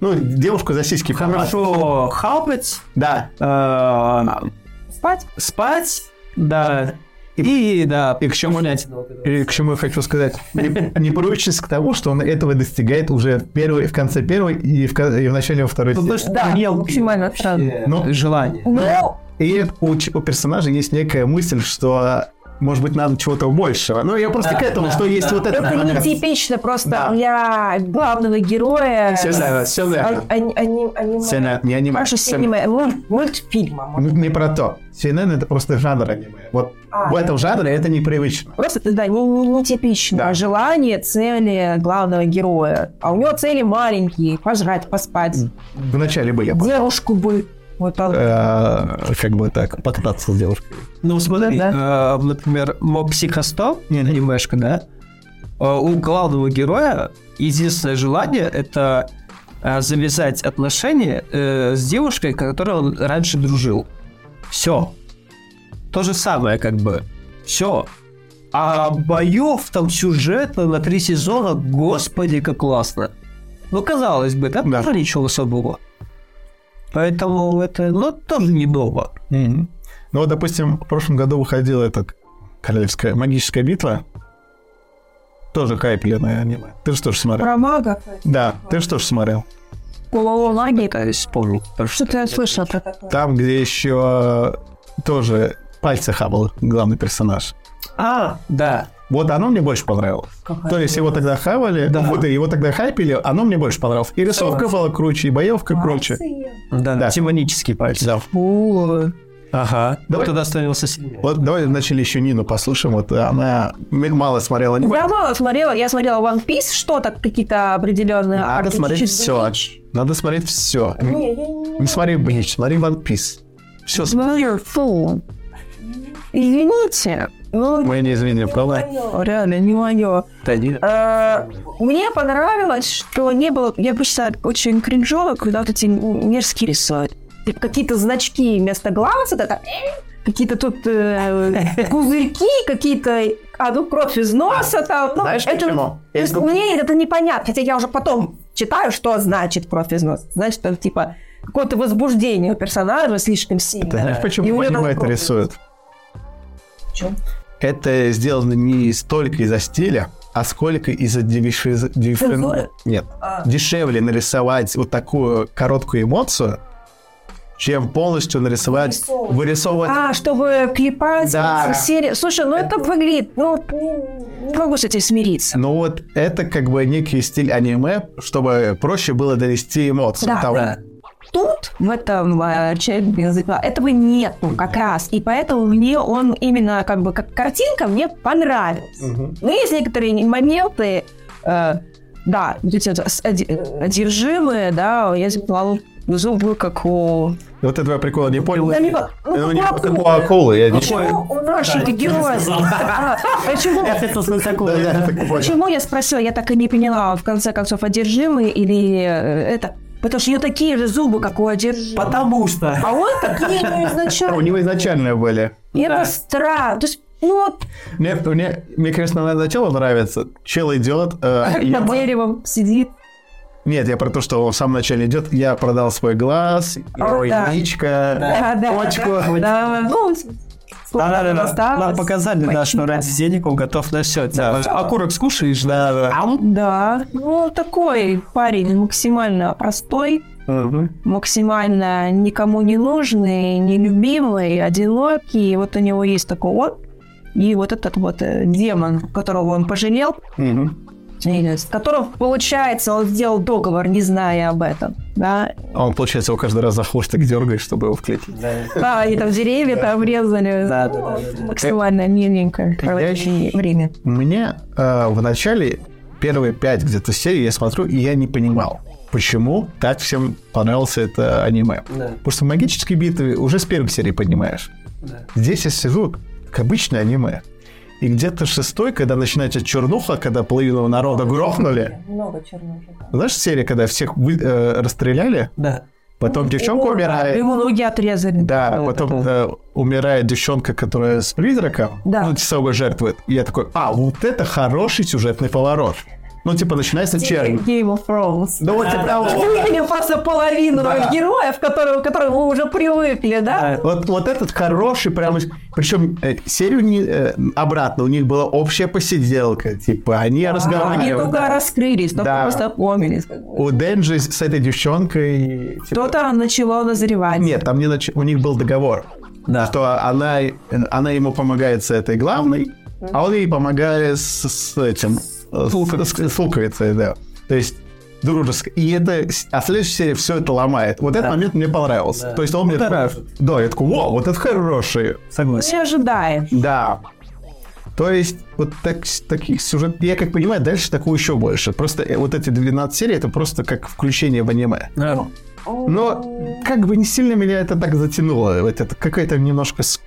A: Ну, девушку за сиськи.
C: Хорошо хапать,
A: Да.
C: э,
B: Спать?
C: спать, да, и, да,
A: И к чему,
C: гулять.
A: и к чему я хочу сказать. Не, не приучишься к тому, что он этого достигает уже в, первой, в конце первой и в, кон- и в начале второй серии.
C: Потому что
B: Да,
C: мелкие
B: максимально
C: вообще
B: странно.
A: Ну.
C: желание.
B: Ну,
A: И у, ч- у персонажа есть некая мысль, что может быть надо чего-то большего. Ну, я просто к этому, что есть вот это.
B: это нетипично просто
A: Да.
B: для главного героя.
A: Всё верно, всё верно.
B: А- ани- ани- аниме.
A: CNN, не аниме.
B: Хорошо,
A: Всё-
B: аниме. Мульт- Мультфильма. а может.
A: Ну, Не про то. CNN это просто жанр аниме. Вот
B: А,
A: в этом жанре это непривычно.
B: Просто, да, не- не- нетипично.
A: Да.
B: Желание, цели главного героя. А у него цели маленькие. Пожрать, поспать.
A: Вначале бы я бы,
B: Девушку бы. Вот он.
A: э, как бы так покататься с девушкой.
C: Ну, смотри, э, например, Моб Психостоп, анимешка, да, э, у главного героя единственное желание — это э, завязать отношения э, с девушкой, которой он раньше дружил. Все. То же самое, как бы. Все. А боев там сюжета на три сезона, господи, как классно. Ну, казалось бы, там
A: Да.
C: тоже ничего особого. Поэтому это, ну, тоже не ново.
A: Мгм. Ну вот, допустим, в прошлом году выходила эта королевская магическая битва. Тоже хайпленное аниме. Ты что ж смотрел?
B: Про мага.
A: Да, ты что ж смотрел?
B: Голову лаги.
C: Пытаюсь вспомнить, потому что
B: Что-то я слышала про такое.
A: Там, где еще тоже пальцы хавал главный персонаж.
C: А, да.
A: Вот оно мне больше понравилось. То есть его тогда хавали,
C: Да.
A: вот его тогда хайпили, оно мне больше понравилось. И рисовка была круче, и боевка круче.
C: Да,
A: Да.
C: демонический пальцы.
A: Да.
C: Ага.
A: Давай.
C: Кто-то становился сильнее.
A: Вот давай начали еще Нину послушаем. Вот она м- мало смотрела аниме.
B: Я мало смотрела, я смотрела One Piece, что-то какие-то определенные
A: Надо смотреть
B: артистические-
A: все. Надо смотреть все. Не, смотри Блич, смотри One Piece. Все,
C: Ну,
B: Смотрю, фу. Извините, ну,
A: мы не извини, правда?
B: реально не мое.
C: Да, не-
B: Э, Мне понравилось, что не было... Я обычно очень кринжово, когда вот эти мерзкие рисуют. Типа какие-то значки вместо глаз, вот это... э, Какие-то тут э, пузырьки, какие-то... А, ну, кровь из носа там. Ну,
A: Знаешь,
B: это-
A: почему?
B: то есть мне это непонятно, хотя я уже потом читаю, что значит кровь из носа. Значит, это типа какое-то возбуждение у персонажа слишком сильное.
A: Ты знаешь,
B: И
A: почему
B: у него
A: аниме это
B: кровь.
A: рисуют?
B: Чё?
A: Это сделано не столько из-за стиля, а сколько из-за девиши-
B: Цензуры?
A: девиши... Нет.
B: А.
A: Дешевле нарисовать вот такую короткую эмоцию, чем полностью нарисовать,
B: Вырисовывать.
A: вырисовывать
B: А, чтобы клепать
A: Да.
B: в серии. Слушай, ну это выглядит, ну, не могу с этим смириться.
A: Ну вот это как бы некий стиль аниме, чтобы проще было донести эмоции.
B: Да, да. Тут, в этом э, черепе языка, этого нету как раз. И поэтому мне он именно, как бы, как картинка мне понравилась. Но есть некоторые моменты, э, да, вот эти вот с- оди- э, одержимые, да, я сказала, зуб был как у...
A: Вот этого я прикола не понял.
B: Да, не как- ну,
A: Ну,
B: как
A: не-
B: у
D: Как у
B: акулы.
D: акулы. Я не...
B: Почему у наших героев? А, Почему?
A: Да, я так понял.
B: Почему я спросила, я так и не поняла, в конце концов, одержимый или э, это? Потому что у нее такие же зубы, как у одержимого.
C: Потому что.
B: А он такие не
A: А, У
B: изначально.
A: него изначально были.
B: И Это странно. То есть, ну вот,
A: Мне, мне, мне, конечно, она начало нравится. Чел идет. э, и-
B: на деревом сидит.
A: Нет, я про то, что он в самом начале идет. Я продал свой глаз, яичко.
B: Да, да.
A: Точку.
B: Да, ну, осталось.
C: Нам показали, да, что ради денег он готов на все. А Окурок скушаешь, да.
B: Да, ну такой парень максимально простой, максимально никому не нужный, нелюбимый, одинокий. И вот у него есть такой вот. И вот этот вот э, демон, которого он пожалел,
A: Мгм.
B: с которым, получается, он сделал договор, не зная об этом. да.
A: А он, получается, его каждый раз за хвостик дергает, чтобы его вклеить.
B: Да, и А, там деревья там резали.
C: Да, да,
B: Максимально миленько.
A: Я
B: Короче,
A: ещё-
B: время.
A: Мне э, в начале первые пять где-то серий я смотрю, и я не понимал, почему так всем понравился это аниме.
C: Да.
A: Потому что магические битвы уже с первых серий поднимаешь.
C: Да.
A: Здесь я сижу, как обычное аниме. И где-то шестой, когда начинается чернуха, когда половину народа грохнули.
B: Много черножек.
A: Знаешь, серия, когда всех вы- э, расстреляли,
C: Да.
A: потом девчонка умирает.
B: Его ноги отрезали.
A: Да,
B: Вот
A: потом
B: это.
A: э, умирает девчонка, которая с призраком,
B: Да.
A: ну, собой жертвует. И я такой, а, вот это хороший сюжетный поворот. Ну, типа, начинается черный.
B: Game of Thrones.
A: Ну, вот типа того.
B: Или просто половину героев, которые, к которым вы уже привыкли, да?
A: Вот, вот этот хороший, прям... Причем серию не, э, обратно, у них была общая посиделка. Типа, они
B: Они
A: разговаривают.
B: только раскрылись, только
A: Да.
B: просто помнились. как бы.
A: У Денджи с с этой девчонкой... типа,
B: Кто-то начало назревать.
A: Нет, там не нач- у них был договор, что она, она ему помогает с этой главной, а он ей помогает с, с этим, э, с, с- с луковицей, да. То есть дружеская. И это, с- а следующая серия все это ломает. Вот этот момент мне понравился. То есть он мне... такой- Да, я такой, вау, вот это хороший.
C: Согласен.
B: Все ожидаем.
A: Да. То есть, вот так, таких сюжет, я как понимаю, дальше такого еще больше. Просто э, вот эти 12 серий, это просто как включение в аниме. Но как бы не сильно меня это так затянуло. Вот это какая-то немножко... ск-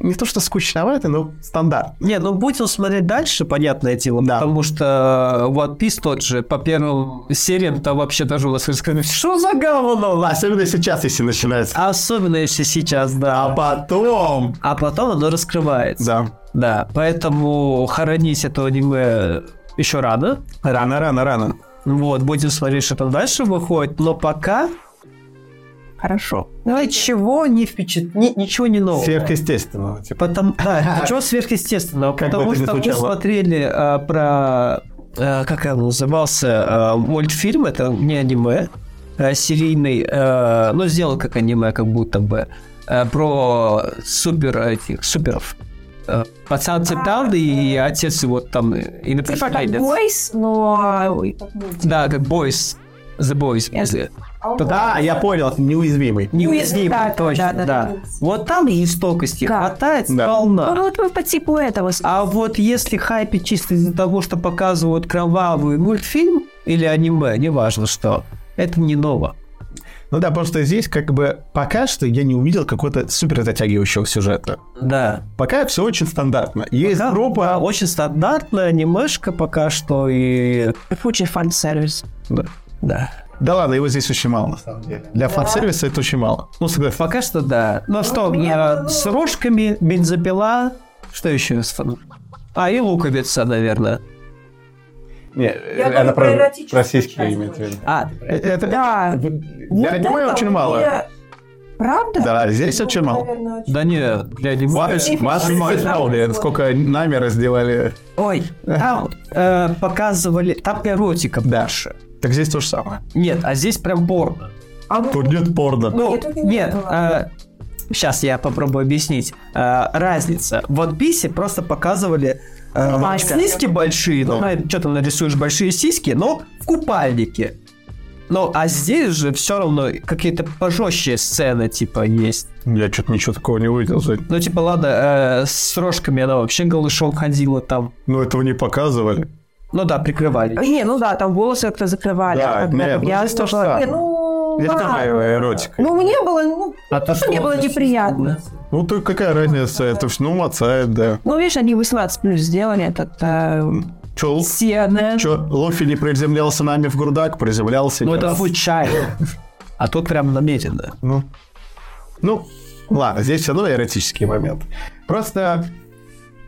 A: Не то, что скучновато, но стандарт.
C: Не, ну будем смотреть дальше, понятное дело,
A: Да.
C: потому что One Piece тот же, по первым сериям там вообще даже у вас сказали, что за говно?
A: Ну, Особенно сейчас, если начинается.
C: Особенно если сейчас,
A: А
C: да.
A: потом...
C: А потом оно раскрывается.
A: Да.
C: Да, поэтому хоронить это аниме еще рано.
A: Рано, рано, рано.
C: Вот, будем смотреть, что там дальше выходит, но пока...
B: Хорошо.
C: Ну, ничего не впечат... ни- ничего не нового.
A: Сверхъестественного. Типа.
C: Потом, да, ничего сверхъестественного,
A: Как бы
C: потому
A: это ни
C: что мы
A: звучало.
C: смотрели а, про, а, как он назывался, а, мультфильм, это не аниме, а, серийный, а, но сделал как аниме, как будто бы, а, про супер этих, суперов. А, Пацан Циталды и отец его там, э, и
B: Типа как
C: напряжение.
B: бойс,
A: А.
B: но...
C: Да, как Boys, The Boys. Э,
B: Yes.
A: Да, я понял, неуязвимый.
B: ну,
C: Неуязвимый,
B: Да,
C: точно,
B: да, да,
C: да,
B: да.
C: Вот там жестокости
B: Да.
C: хватает
A: Да.
C: сполна.
B: Ну, вот по типу этого.
C: А вот если хайпить чисто из-за того, что показывают кровавый мультфильм или аниме, неважно что, это не ново.
A: Ну да, просто здесь как бы пока что я не увидел какого-то супер затягивающего сюжета.
C: Да.
A: Пока все очень стандартно. Есть
C: Пока
A: группа...
C: очень стандартная анимешка пока что и...
B: Фучий фан-сервис.
C: Да.
A: Да ладно, его здесь очень мало, на самом деле. Для фан-сервиса это очень мало. Ну, согласен.
C: Пока что да. Ну что, э, с рожками, бензопила, что еще? с фан- А, и луковица, наверное.
A: Не,
B: думаю,
A: э,
B: про эротическую
A: российские
B: часть
A: имеет в виду.
C: А,
A: Э, это-
B: Да.
A: Для аниме очень мало.
B: Правда?
A: Да, здесь очень мало.
C: да не, для аниме...
A: Вас- Вас знали, сколько нами раздевали.
C: Ой, там э, показывали... Там эротика больше.
A: Так здесь то же самое.
C: Нет, а здесь прям порно.
A: Тут нет порно.
C: Ну,
B: Я только не
C: нет,
B: поняла.
C: сейчас я попробую объяснить. А, разница. В One Piece просто показывали а,
B: Мальчика.
C: сиськи большие, ну,
A: Да.
C: что там нарисуешь большие сиськи, но в купальнике. Ну, а здесь же все равно какие-то пожестче сцены, типа, есть.
A: Я что-то ничего такого не увидел. Жень.
C: Ну, типа, ладно, э, с рожками она вообще голышом ходила там.
A: Ну, этого не показывали.
C: Ну да, прикрывали.
B: Не, ну да, там волосы как-то закрывали.
A: Да,
B: а, например,
A: нет, ну,
B: я
A: это
B: слышала-
A: самое.
B: Не, ну,
A: Это
B: ладно.
A: такая эротика.
B: Ну, мне было, ну,
C: А то
B: мне было неприятно.
A: Ну, то какая разница? Это все, ну, мацает, да.
B: Ну, видишь, они 18 плюс сделали, этот э,
A: Чё, л-
B: CNN.
A: чё, Лофи не приземлялся нами в грудак, приземлялся.
C: Ну,
A: нет.
C: это случайно. А тут прям намеренно.
A: Ну, ну, ладно, здесь все равно эротический момент. Просто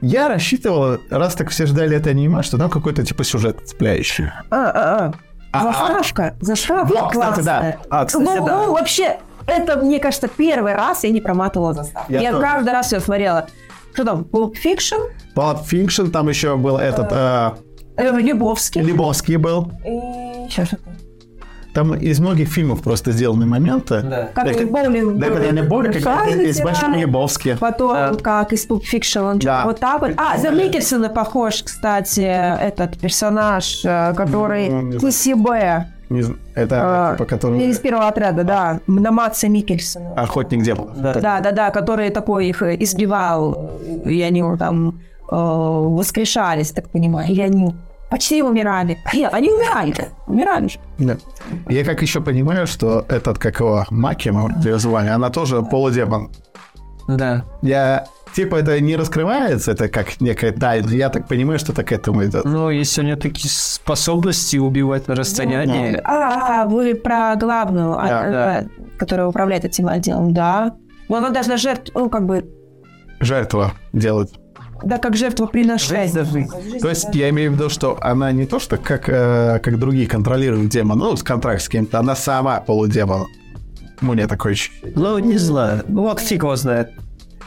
A: я рассчитывал, раз так все ждали это аниме, что там какой-то типа сюжет цепляющий.
B: А, а, а.
A: А,
B: Зашравка, зашравка
A: Вот, кстати, да.
B: классная.
A: А, кстати,
B: ну, ну, вообще, это, мне кажется, первый раз я не проматывала заставку. Я,
A: Я тоже.
B: каждый раз все смотрела. Что там, Pulp Fiction,
A: Pulp Fiction, там еще был этот, э,
B: э, Лебовский.
A: Лебовский был.
B: Сейчас что-то.
A: Там из многих фильмов просто сделаны моменты.
B: Как
A: Так,
B: и боулинг.
A: Да, когда не более, как
B: Шайна
A: из
B: Тирана.
A: Большого Лебовски.
B: Потом, как из Pulp Fiction, он
A: Да.
B: что-то вот так вот. А, за Микельсона похож, кстати, этот персонаж, э, который
A: Ну, не знаю.
B: Куси Б.
A: Не зн- это типа,
B: А,
A: по которому...
B: Из первого отряда, да. На Матса Микельсона.
A: Охотник демонов.
B: Да, да, да, который такой их э, избивал, э, и они там э, воскрешались, так понимаю, и они почти умирали. Нет, они умирали, умирали же.
A: Да. Я как еще понимаю, что этот, как его, Маки, мы ее звали, она тоже полудемон.
C: Да.
A: Я... Типа это не раскрывается, это как некая тайна. Я так понимаю, что так к этому идет.
C: Но Ну, если у нее такие способности убивать на расстоянии,
B: А, вы про главную, а,
A: Да,
B: э,
C: да.
B: э, которая управляет этим отделом, да. Ну, она должна жертв, ну, как бы,
A: Жертва делать.
B: да, как жертва приношать.
A: То есть я имею в виду, что она не то, что как, э, как другие контролируют демона, ну, с контракт с кем-то, она сама полудемон. Мне такое ощущение.
C: Ну, не знаю. Ну, вот фиг его знает.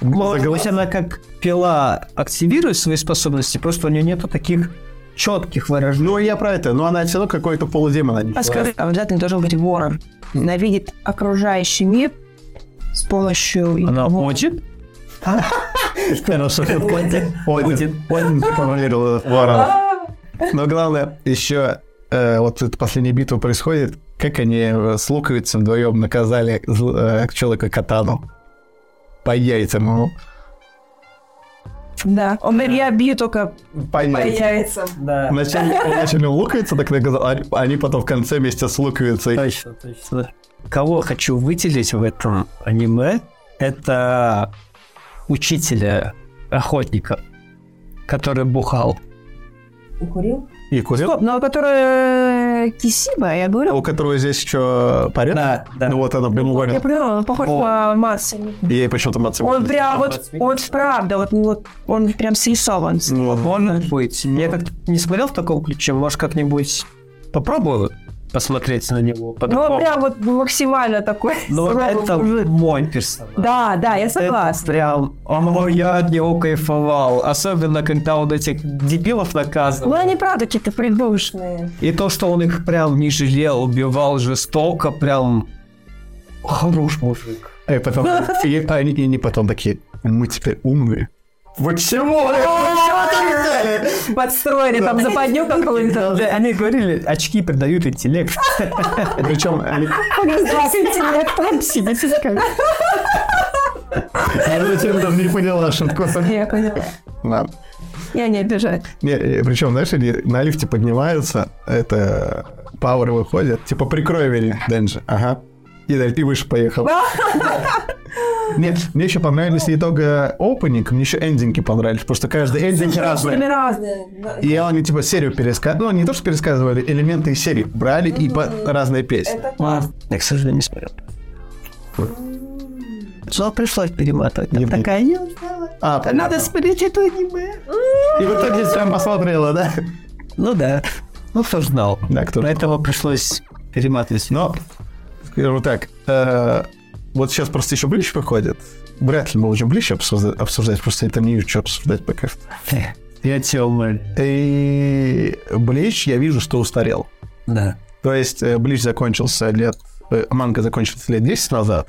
C: Может быть, она как пила активирует свои способности, просто у нее нету таких четких выражений.
A: Ну, я про это, но она все равно какой-то полудемон.
B: А скажи, а обязательно должен быть вором. Она видит окружающий мир с помощью...
C: Она
B: его.
C: хочет? Хорошо, Путин.
A: Один. Он контролировал ворона. Но главное, еще э, вот эта последняя битва происходит, как они э, с луковицем вдвоем наказали зл- э, человека катану. По яйцам ему.
B: Да. Он говорит, я бью только
A: По яйцам.
B: яйцам.
F: Да.
A: Вначале, вначале луковица так наказал, а они потом в конце вместе с луковицей.
F: Точно, точно.
C: Кого хочу выделить в этом аниме, это учителя охотника, который бухал.
B: Укурил?
A: И курил.
B: Стоп, но которая Кисиба, я говорю.
A: У которого здесь еще парень.
C: Да, да.
A: Ну вот она
B: Я
A: прямоугольная.
B: поняла, он похож на Матса.
A: Ей почему-то мацы.
B: Он прям вот, он правда, вот, ну, вот он прям срисован.
C: Ну, Может быть. Я как не смотрел в таком ключе, может, как-нибудь попробую посмотреть на
B: Ну,
C: него. по-другому.
B: он прям вот максимально такой.
C: Но
B: суровый
C: Ну, это
B: мужик.
C: мой персонаж.
B: Да, да, я
C: Это
B: согласна.
C: прям, о, я от него кайфовал. Особенно, когда он этих дебилов
B: Ну,
C: наказывал.
B: они правда какие-то придушные.
C: И то, что он их прям не жалел, убивал жестоко, прям... Хорош мужик.
A: И А потом, и, они, и они потом такие, мы теперь умные. Вот чего?
B: Подстроили там западню какую-то.
C: Э, Они говорили, очки придают интеллект.
A: Причем они... Я зачем А там не поняла шутку.
B: Я поняла.
A: Ладно.
B: Я не обижаю.
A: Не, э, причем, знаешь, они на лифте поднимаются, это пауэры выходят, типа прикрой меня, Дэнджи. Ага. И дальше ты выше поехал. Нет, мне еще понравились не только опенинг, мне еще эндинги понравились, потому что каждый эндинг разный.
B: Время разные.
A: И они типа серию пересказывали, ну не то, что пересказывали, элементы из серии брали и по разные песни.
C: Я, к сожалению, не смотрел. Что пришлось перематывать? Там
A: Не-
C: такая не
A: А,
C: Надо смотреть это аниме.
A: И в итоге сам посмотрела, да?
C: Ну да. Ну, кто ж знал.
A: Да, кто ж
C: Поэтому пришлось перематывать.
A: Но, скажу так, э, вот сейчас просто еще ближе выходит. Вряд ли мы будем ближе обсужда- обсуждать, просто это не что обсуждать пока что.
C: Я тебя умоляю.
A: И Блич, я вижу, что устарел.
C: Да.
A: То есть э, Блич закончился лет... э, Манга закончилась лет 10 назад.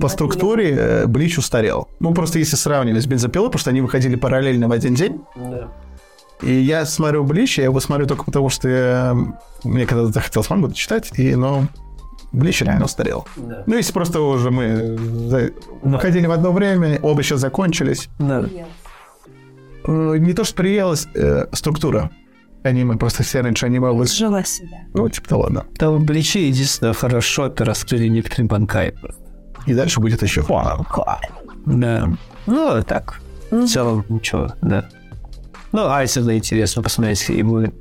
A: По структуре э, Блич устарел. Ну, просто если сравнивать с бензопилой, потому что они выходили параллельно в один день. И я смотрю Блич, я его смотрю только потому, что я, мне когда-то захотелось мангу читать, и, но Блич реально устарел. Ну, если просто уже мы э, за- выходили в одно время, оба сейчас закончились.
C: Да.
A: Э, Не то, что приелась э, структура аниме, просто все раньше аниме были,
B: Жила себя.
A: ну, типа, да ладно.
C: Там плечи единственное хорошо, это раскрыли некоторые банкай.
A: И дальше будет еще.
C: Да. Ну, так. В целом, ничего, да. Ну, а если это интересно посмотреть, и будет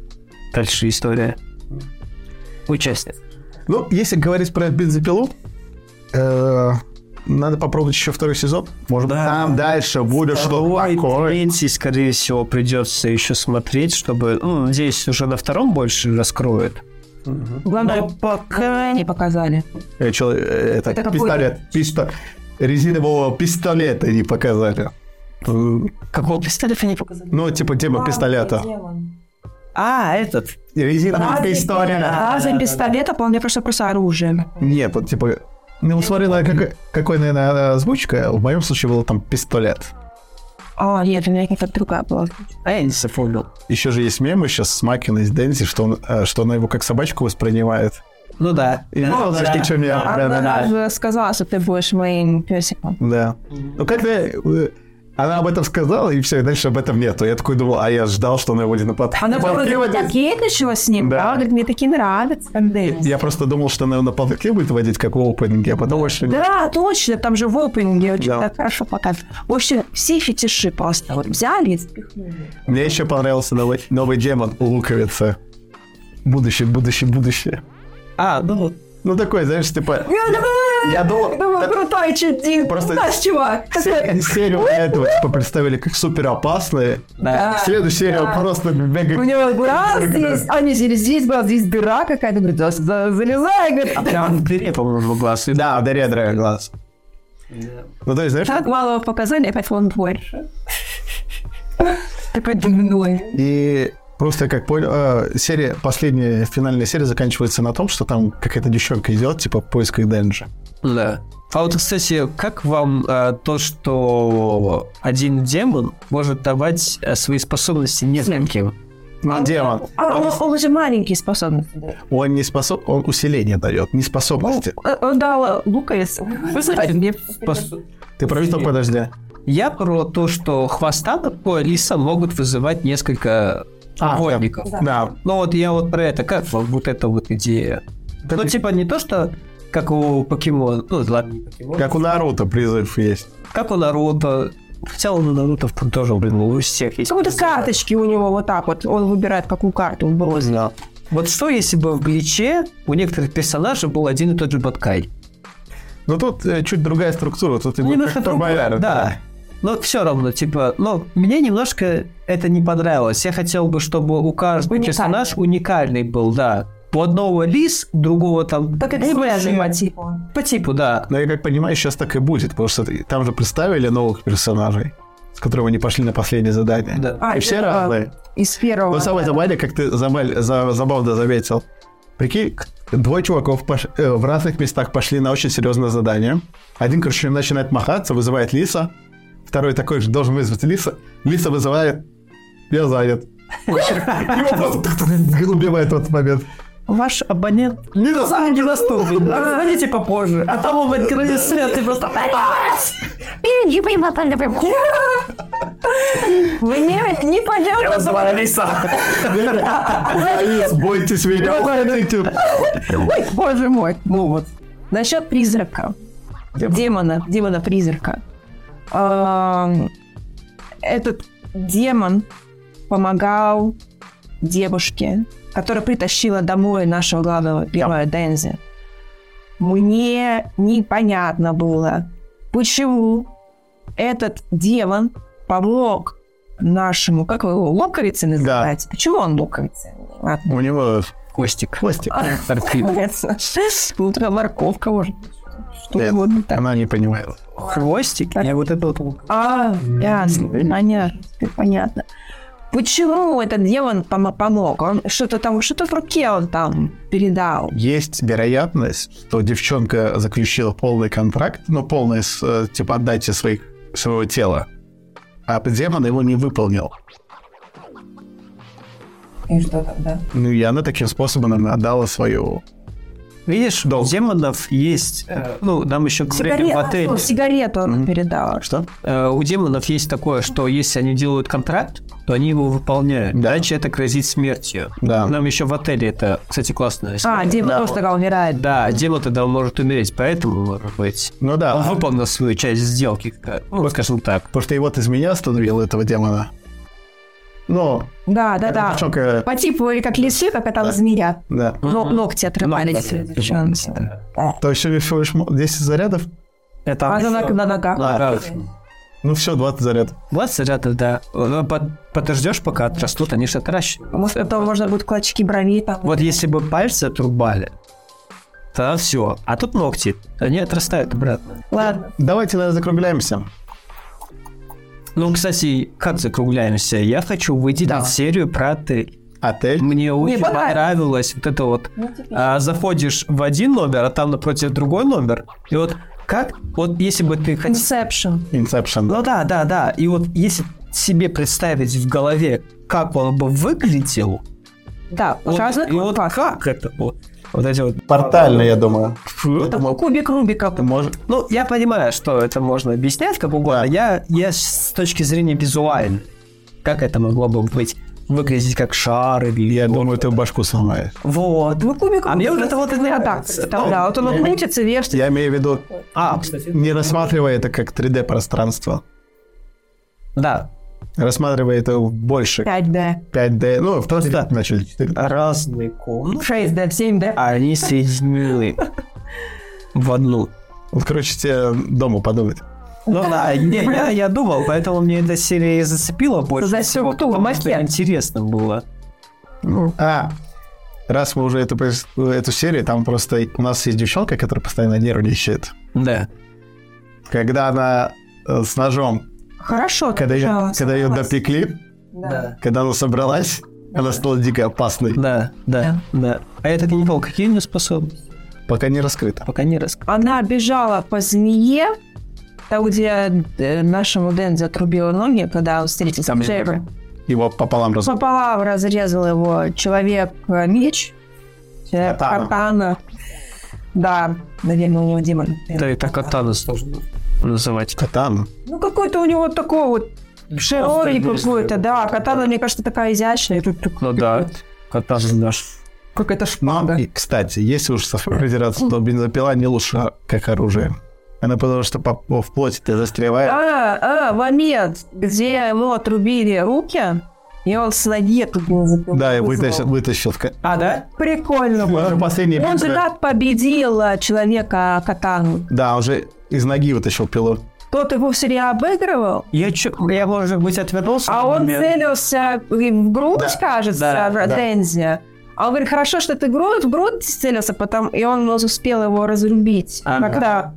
C: дальше история. Участник.
A: Ну, если говорить про бензопилу, э, надо попробовать еще второй сезон. Может, быть,
C: Да.
A: там дальше будет что такое.
C: Третий, скорее всего, придется еще смотреть, чтобы... Ну, здесь уже на втором больше раскроют. Ну,
B: Главное, пока не показали.
A: Э, чел- э, Это,
B: Это какой?
A: пистолет. Писто... Резинового пистолета не показали. Э,
C: Какого пистолета не показали?
A: Ну, типа, тема пистолета.
C: А, этот.
A: Резиновый пистолет.
B: А за пистолет, а вполне просто просто оружие.
A: Нет, вот, типа, ну, смотри, на как- какой, наверное, озвучка. В моем случае было там пистолет.
B: А, нет, у меня какая-то другая была.
C: А я не запомнил.
A: Еще же есть мемы сейчас с Макиной, с Дэнси, что, он, э, что она его как собачку воспринимает.
C: Ну да.
A: И ну,
C: да.
A: знаешь, чем я- да, да,
B: Она же сказала, что ты будешь моим песиком.
A: Да. Ну как-то э, она об этом сказала, и все, и дальше об этом нету. Я такой думал, а я ждал, что она будет на под...
B: Она говорит, так ей начала с ним,
A: Да.
B: да? Говорит, мне такие нравятся, как Дэнис».
A: Я просто думал, что она на полке будет водить, как в опенинге, а потом что
B: Да, точно, там же в опенинге очень
A: Да.
B: так хорошо показано. В общем, все фетиши просто вот взяли и спихнули.
A: Мне еще понравился новый, новый демон луковица. Будущее, будущее, будущее.
C: А, ну вот.
A: Ну такой, знаешь, типа... Я думал...
B: Думаю,
A: да,
B: крутой чудик.
A: Просто-
B: Знаешь, чувак.
A: се- Серию этого типа представили как супер опасные.
C: Да.
A: Следующая серия просто
B: У
A: мега...
B: него раз здесь, а не здесь, здесь была, здесь дыра какая-то, говорит, «За- за- залезай, говорит, а
C: Прям в дыре, по-моему, был глаз. И да.
A: Да, Дарья Драя глаз. Ну то есть, знаешь,
B: так мало показали, опять он больше. Такой дневной.
A: И просто, как понял, э, серия, последняя, финальная серия заканчивается на том, что там какая-то девчонка идет, типа, в поисках Денджа.
C: да. А вот, кстати, как вам а, то, что один демон может давать а, свои способности нескольким?
A: Ну, демон.
B: А он, он же маленький способный.
A: Он не способ... Он усиление дает, не способности.
B: Э, Он дал лукавец. Мне
C: Пос-
A: Ты про что, подожди.
C: Я про то, что хвоста такой лиса могут вызывать несколько
A: А,
C: охотников.
A: Да.
C: Ну вот я вот про это, как вам вот эта вот идея?
A: Так-
C: ну типа не то, что как у покемон, ну ладно, не покемон,
A: Как у Наруто призыв есть.
C: как у Наруто, хотя у Наруто в- тоже, блин, у всех есть.
B: Какие-то карточки у него вот так вот. Он выбирает, какую карту он бросит.
C: Вот что, если бы в Гличе у некоторых персонажей был один и тот же Баткай?
A: Но тут э, чуть другая структура. Тут его
C: Ну, Немножко
A: как турбояр.
C: другое, да. Но все равно, типа, ну, мне немножко это не понравилось. Я хотел бы, чтобы у каждого
B: Уникальный.
C: персонаж уникальный был, да. У одного лис, у другого там...
B: Как это
C: рыба,
B: связано,
C: и-
B: типа?
C: По типу, да.
A: Но я как понимаю, сейчас так и будет, потому что ты- там же представили новых персонажей, с которыми они пошли на последнее задание.
C: Да.
B: А,
A: И все
B: это,
A: разные.
B: Из первого.
A: Вот самое забавное, как ты забавно, за- забавно заметил. Прикинь, к- двое чуваков пош- э, в разных местах пошли на очень серьезное задание. Один, короче, начинает махаться, вызывает лиса. Второй такой же должен вызвать лиса. Лиса вызывает. Я занят. Его просто так-так убивает в этот момент.
C: Ваш абонент не на не доступен. Звоните попозже. А там он открыли свет и просто...
B: Вы не, не понятно.
A: Лис, бойтесь меня. уходите.
B: Ой, боже мой. Ну вот. Насчет призрака. Демона. Демона-призрака. Ам, Этот демон помогал девушке, которая притащила домой нашего главного героя Дензи. Мне непонятно было, почему этот демон помог нашему, как вы его, луковицы называете? Почему он луковицы? Ладно.
A: У него
C: Костик.
A: хвостик.
B: Кажется, Утро морковка может. быть, Что
C: Э,
A: Нет.
B: угодно так.
A: Она не понимает.
C: Хвостик. Я вот это вот...
B: А, ясно, понятно, понятно. Почему этот демон помо- помог? Он что-то там, что-то в руке он там передал.
A: Есть вероятность, что девчонка заключила полный контракт, ну, полный, с, э, типа, отдачи своих, своего тела. А демон его не выполнил.
B: И что тогда?
A: Ну, и она таким способом наверное, отдала свою...
C: Видишь, у демонов есть... э, Ну, нам еще говорили в отеле.
B: Сигарету, сигарету он передал.
A: Что?
C: Э, У демонов есть такое, что если они делают контракт, то они его выполняют.
A: Да.
C: Иначе это грозит смертью.
A: Да.
C: Нам еще в отеле это, кстати, классно.
B: А, демон тоже тогда умирает.
C: Да, демон тогда может умереть, поэтому, может быть,
A: Ну да,
C: он
A: а-
C: выполнил свою часть сделки, как- ну, скажем так.
A: потому что его ты из меня остановил, этого демона. Ну,
B: Да, да, да.
A: девчонка,
B: По типу или как лисы, как это змея.
A: да.
B: Но- Ногти отрывались.
C: Ногти.
B: девчонки.
A: То еще всего лишь мо- 10 зарядов?
C: Это
B: А на на ногах.
A: Ну все, 20 зарядов.
C: 20 зарядов, да. Но под- Подождешь, пока отрастут, они же отращивают.
B: Может, это можно будет клочки бровей там.
C: Вот если бы пальцы отрубали, тогда все. А тут ногти, они отрастают обратно.
B: Ладно.
A: Давайте, наверное, закругляемся.
C: Ну, кстати, как закругляемся? Я хочу выделить серию про отель.
A: Отель.
C: Мне очень
B: понравилось.
C: понравилось вот это вот. а, заходишь в один номер, а там напротив другой номер. И вот Как? Вот если бы ты хотел...
B: Inception.
A: Inception.
C: Ну да, да, да. И вот если себе представить в голове, как он бы выглядел,
B: Да,
C: вот-
B: разных
C: и вот
B: классов.
C: как это вот, вот эти вот.
A: Портально, я думаю.
B: Это кубик Рубика.
A: Ты можешь...
C: Ну, я понимаю, что это можно объяснять как угодно. Я, я с точки зрения визуально, как это могло бы быть, выглядеть как шар или
A: Я думаю, ты башку сломаешь.
C: вот.
B: Ну, кубик
C: А мне вот это вот и
B: Да, да,
C: нравится.
B: да, да, вот он крутится, вешается.
A: Я имею в виду,
C: А,
A: не рассматривая это как 3D-пространство.
C: да.
A: Рассматривая это больше
B: 5D,
A: 5D. Ну, в
C: Просто-
A: 3D начали 4D.
C: Разные комнаты,
B: 6D, 7D.
C: а они соединены в одну.
A: Вот, короче, тебе дома подумать.
C: Ну да, не, я, я думал, поэтому мне эта серия и зацепила больше.
B: За
C: всего,
B: структуру,
C: потому что
B: макет.
C: Интересно было.
A: А, раз мы уже эту, прис- эту серию, там просто у нас есть девчонка, которая постоянно нервничает.
C: Да.
A: Когда она э, с ножом,
B: Хорошо, ты
A: когда ее,
B: пожалуйста.
A: когда ее допекли,
B: Да.
A: когда она собралась, она стала дико опасной.
C: Да, да, да. А я так и не понял, какие у нее способности?
A: Пока не раскрыто.
C: Пока не раскрыл.
B: Она бежала по змее, там, где э, нашему Дэнди отрубила ноги, когда он встретился
A: Там
B: с Джерри.
A: Его пополам раз...
B: Пополам разрезал его э, человек-меч.
A: Катана.
B: Катана. Э, Да, наверное, у него демон.
C: Да, и так катана сложно называть.
A: Катан.
B: Ну, какой-то у него такой вот широкий
C: Острый,
B: какой-то, да. Катана, мне кажется, такая изящная. Тут так-
C: Ну да. Катана наш.
B: какая-то
A: Но,
B: шпага.
A: и, кстати, если уж придираться, то бензопила не лучше а как оружие. Она потому что по, по- в плоти ты застревает.
B: А, а, момент, где ему отрубили руки, и он с ноги тут не запил-
A: Да, и вытащил,
B: вызвал.
A: вытащил. в ка-
C: А, да?
B: Прикольно. было.
A: Уже последний
B: Он же
A: битвы-
B: так победил э, человека Катану.
A: Да, он же из ноги вытащил пилу.
B: Тот его все время обыгрывал,
C: Я, чё, я может быть, отвернулся?
B: а
C: на
B: он
C: момент?
B: целился им в грудь, кажется,
C: да,
B: в Дензи. А он говорит, хорошо, что ты грудь, в грудь целился, потом, и он успел его разрубить.
C: Ага.
B: Когда...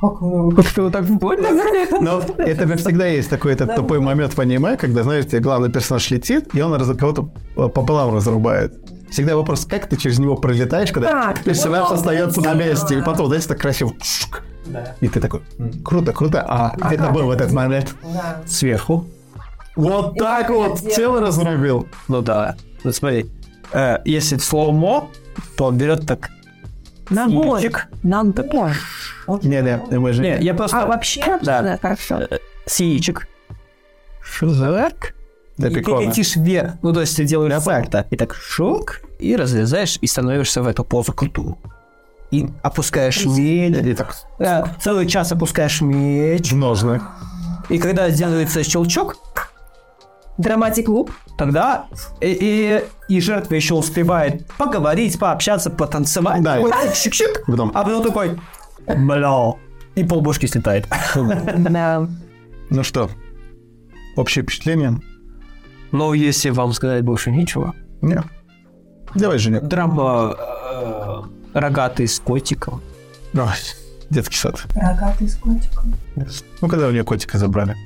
B: Как ты вот так больно?
A: Но это как всегда есть такой этот тупой момент в аниме, когда, знаешь, тебе главный персонаж летит, и он раз- кого-то э, пополам разрубает. Всегда вопрос, как ты через него пролетаешь, когда
B: Да,
A: персонаж
B: вот он
A: остается на
B: прилетел,
A: месте, и
B: да.
A: потом, знаешь, так красиво. пшик. И ты такой, «М, круто, круто. А, это был вот этот момент.
C: Сверху.
A: Вот так вот, тело разрубил.
C: Ну да. Ну смотри. Э, если слоумо, то он берет так...
B: Ногой.
C: Синичек.
B: Ногой.
A: Не-не, мы же...
C: Не, я
B: А
C: просто...
B: вообще?
C: Да. Э,
B: хорошо.
C: с яичек. Шелак.
A: Да,
C: и ты
A: прикольно.
C: летишь вверх. Ну, то есть ты делаешь так, и так шок, и разрезаешь, и становишься в эту позу крутую. И опускаешь меч.
A: И так
C: Да, целый час опускаешь меч.
A: в ножны.
C: И когда делается щелчок,
B: Драматик клуб.
C: тогда и, и- и жертва еще успевает поговорить, пообщаться, потанцевать.
A: Да,
C: Такой,
A: и-
C: «Ай, щик-щик!»
A: Потом,
C: А потом такой, бля, и полбушки слетает. э,
B: Да.
A: ну что, общее впечатление?
C: Но если вам сказать больше нечего,
A: Нет. Давай, Женя.
C: драма э, рогатый с котиком.
A: Ой, детский сад. Рогатый с котиком. Ну, когда у нее котика забрали.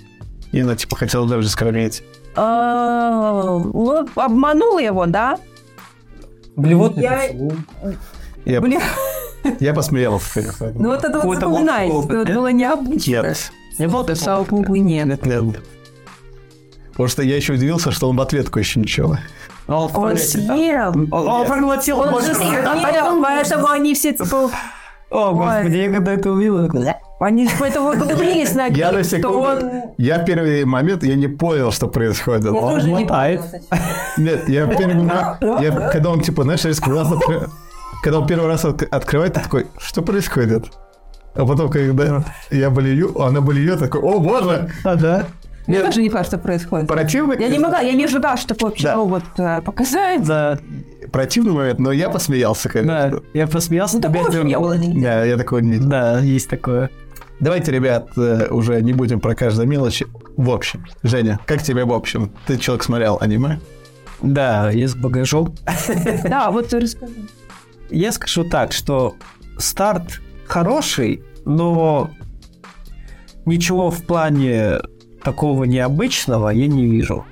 A: И она, типа, хотела даже скормить.
B: А, ну, обманула его, да?
E: Блевотный
B: Я-
E: поцелуй.
A: Я,
B: Блин,
A: я посмеял в конец.
B: ну вот это вот
C: Какой-то вот
B: запоминается.
C: опыт,
B: Это
C: да?
B: было необычно.
A: Нет.
C: Вот
B: Слава богу, нет.
A: Потому что я еще удивился, что он в ответку еще ничего.
B: Он съел.
C: Он проглотил
B: Он
C: больше.
B: же съел, поэтому они все типа...
C: О, господи, я когда это увидел, я такой, «Да».
B: Они же поэтому углубились на
A: Я на
B: что
A: секунду...
B: он...
A: Я первый момент, я не понял, что происходит.
C: он глотает.
A: Нет, я первый раз... я- Когда он, типа, знаешь, резко глаз откры- Когда он первый раз отк- открывает, ты такой, что происходит? А потом, когда я болею, она болеет, такой, о боже!
C: А, да.
B: Я тоже не поняла, что происходит.
A: Противный,
B: Я не могла, я не ожидала, что вообще
A: Да.
B: робот э, показает.
C: Да,
A: э, противный момент, но я посмеялся,
C: да.
A: конечно.
C: Я посмеялся. тебя
B: Такого
C: это-
B: не было.
A: Да, я такой, не-
C: Да, есть такое.
A: давайте, ребят, э, уже не будем про каждую мелочь. В общем, Женя, как тебе в общем? Ты человек смотрел аниме?
C: Да, я с багажом.
B: Да, вот расскажи.
C: Я скажу так, что старт хороший, но ничего в плане такого необычного я не вижу.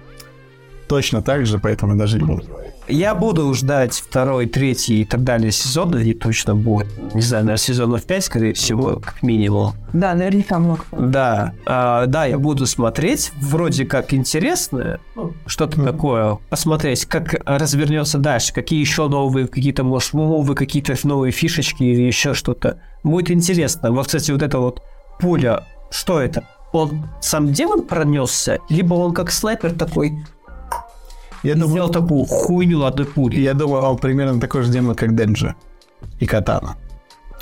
A: Точно так же, поэтому я даже не буду говорить.
C: Я буду ждать второй, третий и так далее сезоны, и точно будет, не знаю, наверное, сезонов 5, скорее всего, как минимум.
B: Да, наверняка много.
C: Да, а, да, я буду смотреть, вроде как интересно, ну, что-то такое, посмотреть, как развернется дальше, какие еще новые какие-то, может, новые какие-то новые фишечки или еще что-то. Будет интересно. Вот, кстати, вот это вот пуля, что это? Он сам демон пронесся, либо он как снайпер такой
A: Я
C: сделал
A: думаю,
C: такую хуйню одной пули.
A: я думаю, он примерно такой же демон, как Денджи и Катана.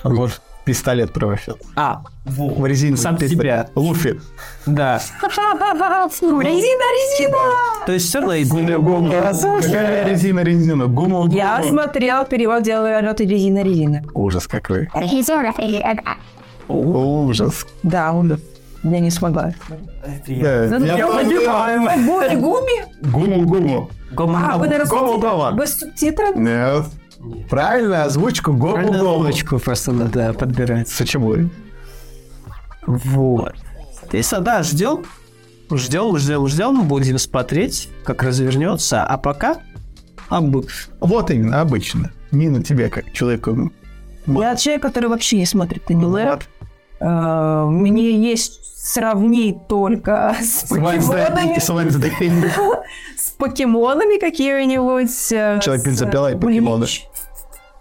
A: Он может пистолет превращаться.
C: А,
A: В резину.
C: Сам себя.
A: Луфи.
C: да.
B: Резина, резина!
C: То есть все равно и-
A: Какая резина, резина? Гума,
B: Я
A: гума.
B: смотрел перевод «Делаю вертолет» и резина, резина.
A: Ужас какой.
G: режиссеров и
A: Ужас.
B: Да, он... Я не смогла.
A: Да, Ну, я Э,
B: Губи, губи?
A: Гуму, гуму.
B: А, вы, наверное,
A: Гуму,
B: субтитры-
A: гуму.
B: вы с субтитрами?
A: Нет. Правильно, озвучку гуму, гуму.
C: Галочку просто надо подбирать.
A: Почему?
C: Вот. Соответственно, да, ждем. Ждем, ждем, ждем. Ну, Будем смотреть, как развернется. А пока... А бы-
A: Вот именно, обычно. Не на тебя, как человеку.
B: Я человек, который вообще не смотрит аниме. Э, Мне есть сравнить только с покемонами,
A: С Вайнсдейн.
B: с покемонами какие-нибудь. э,
A: Человек-ниндзя
B: с,
A: пила и
B: блин,
A: покемоны.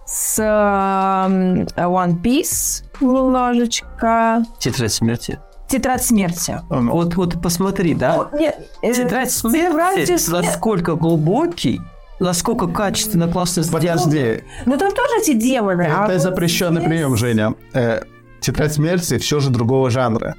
B: С э, м, One Piece немножечко.
C: Тетрадь смерти.
B: Тетрадь смерти.
C: Вот, вот посмотри, да?
B: Нет, э,
C: Тетрадь
B: тетрадь
C: смерти,
B: смер-
C: насколько глубокий, насколько качественно, классно сделан.
A: Подожди,
B: Ну там тоже эти демоны. а
A: это
B: вот
A: запрещенный
B: здесь-
A: прием, Женя. Э, Тетрадь смерти все же другого жанра.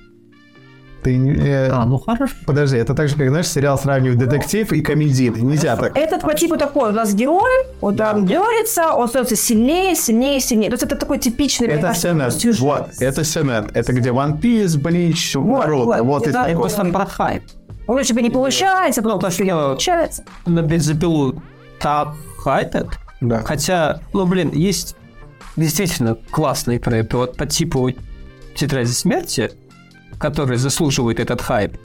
A: Ты не- э,
C: А, ну хорошо.
A: Подожди, это так же, как, знаешь, сериал сравнивает детектив и комедийный. Нельзя так.
B: Этот по типу такой, у нас герой, он там борется, он становится сильнее, сильнее, сильнее. То есть это такой типичный, мне
A: Это
B: кажется,
A: сценарий.
B: сюжет.
A: Вот, это сценарий. Это где One Piece, Блич, Наруто. э, Вот,
B: да,
A: это-
B: просто
C: про хайп.
B: Он у тебя не получается, потом то, что не получается.
C: На бензопилу так хайтед.
A: Да.
C: Хотя, ну, блин, есть действительно классные проекты. Вот по типу «Тетради смерти», который заслуживает этот хайп.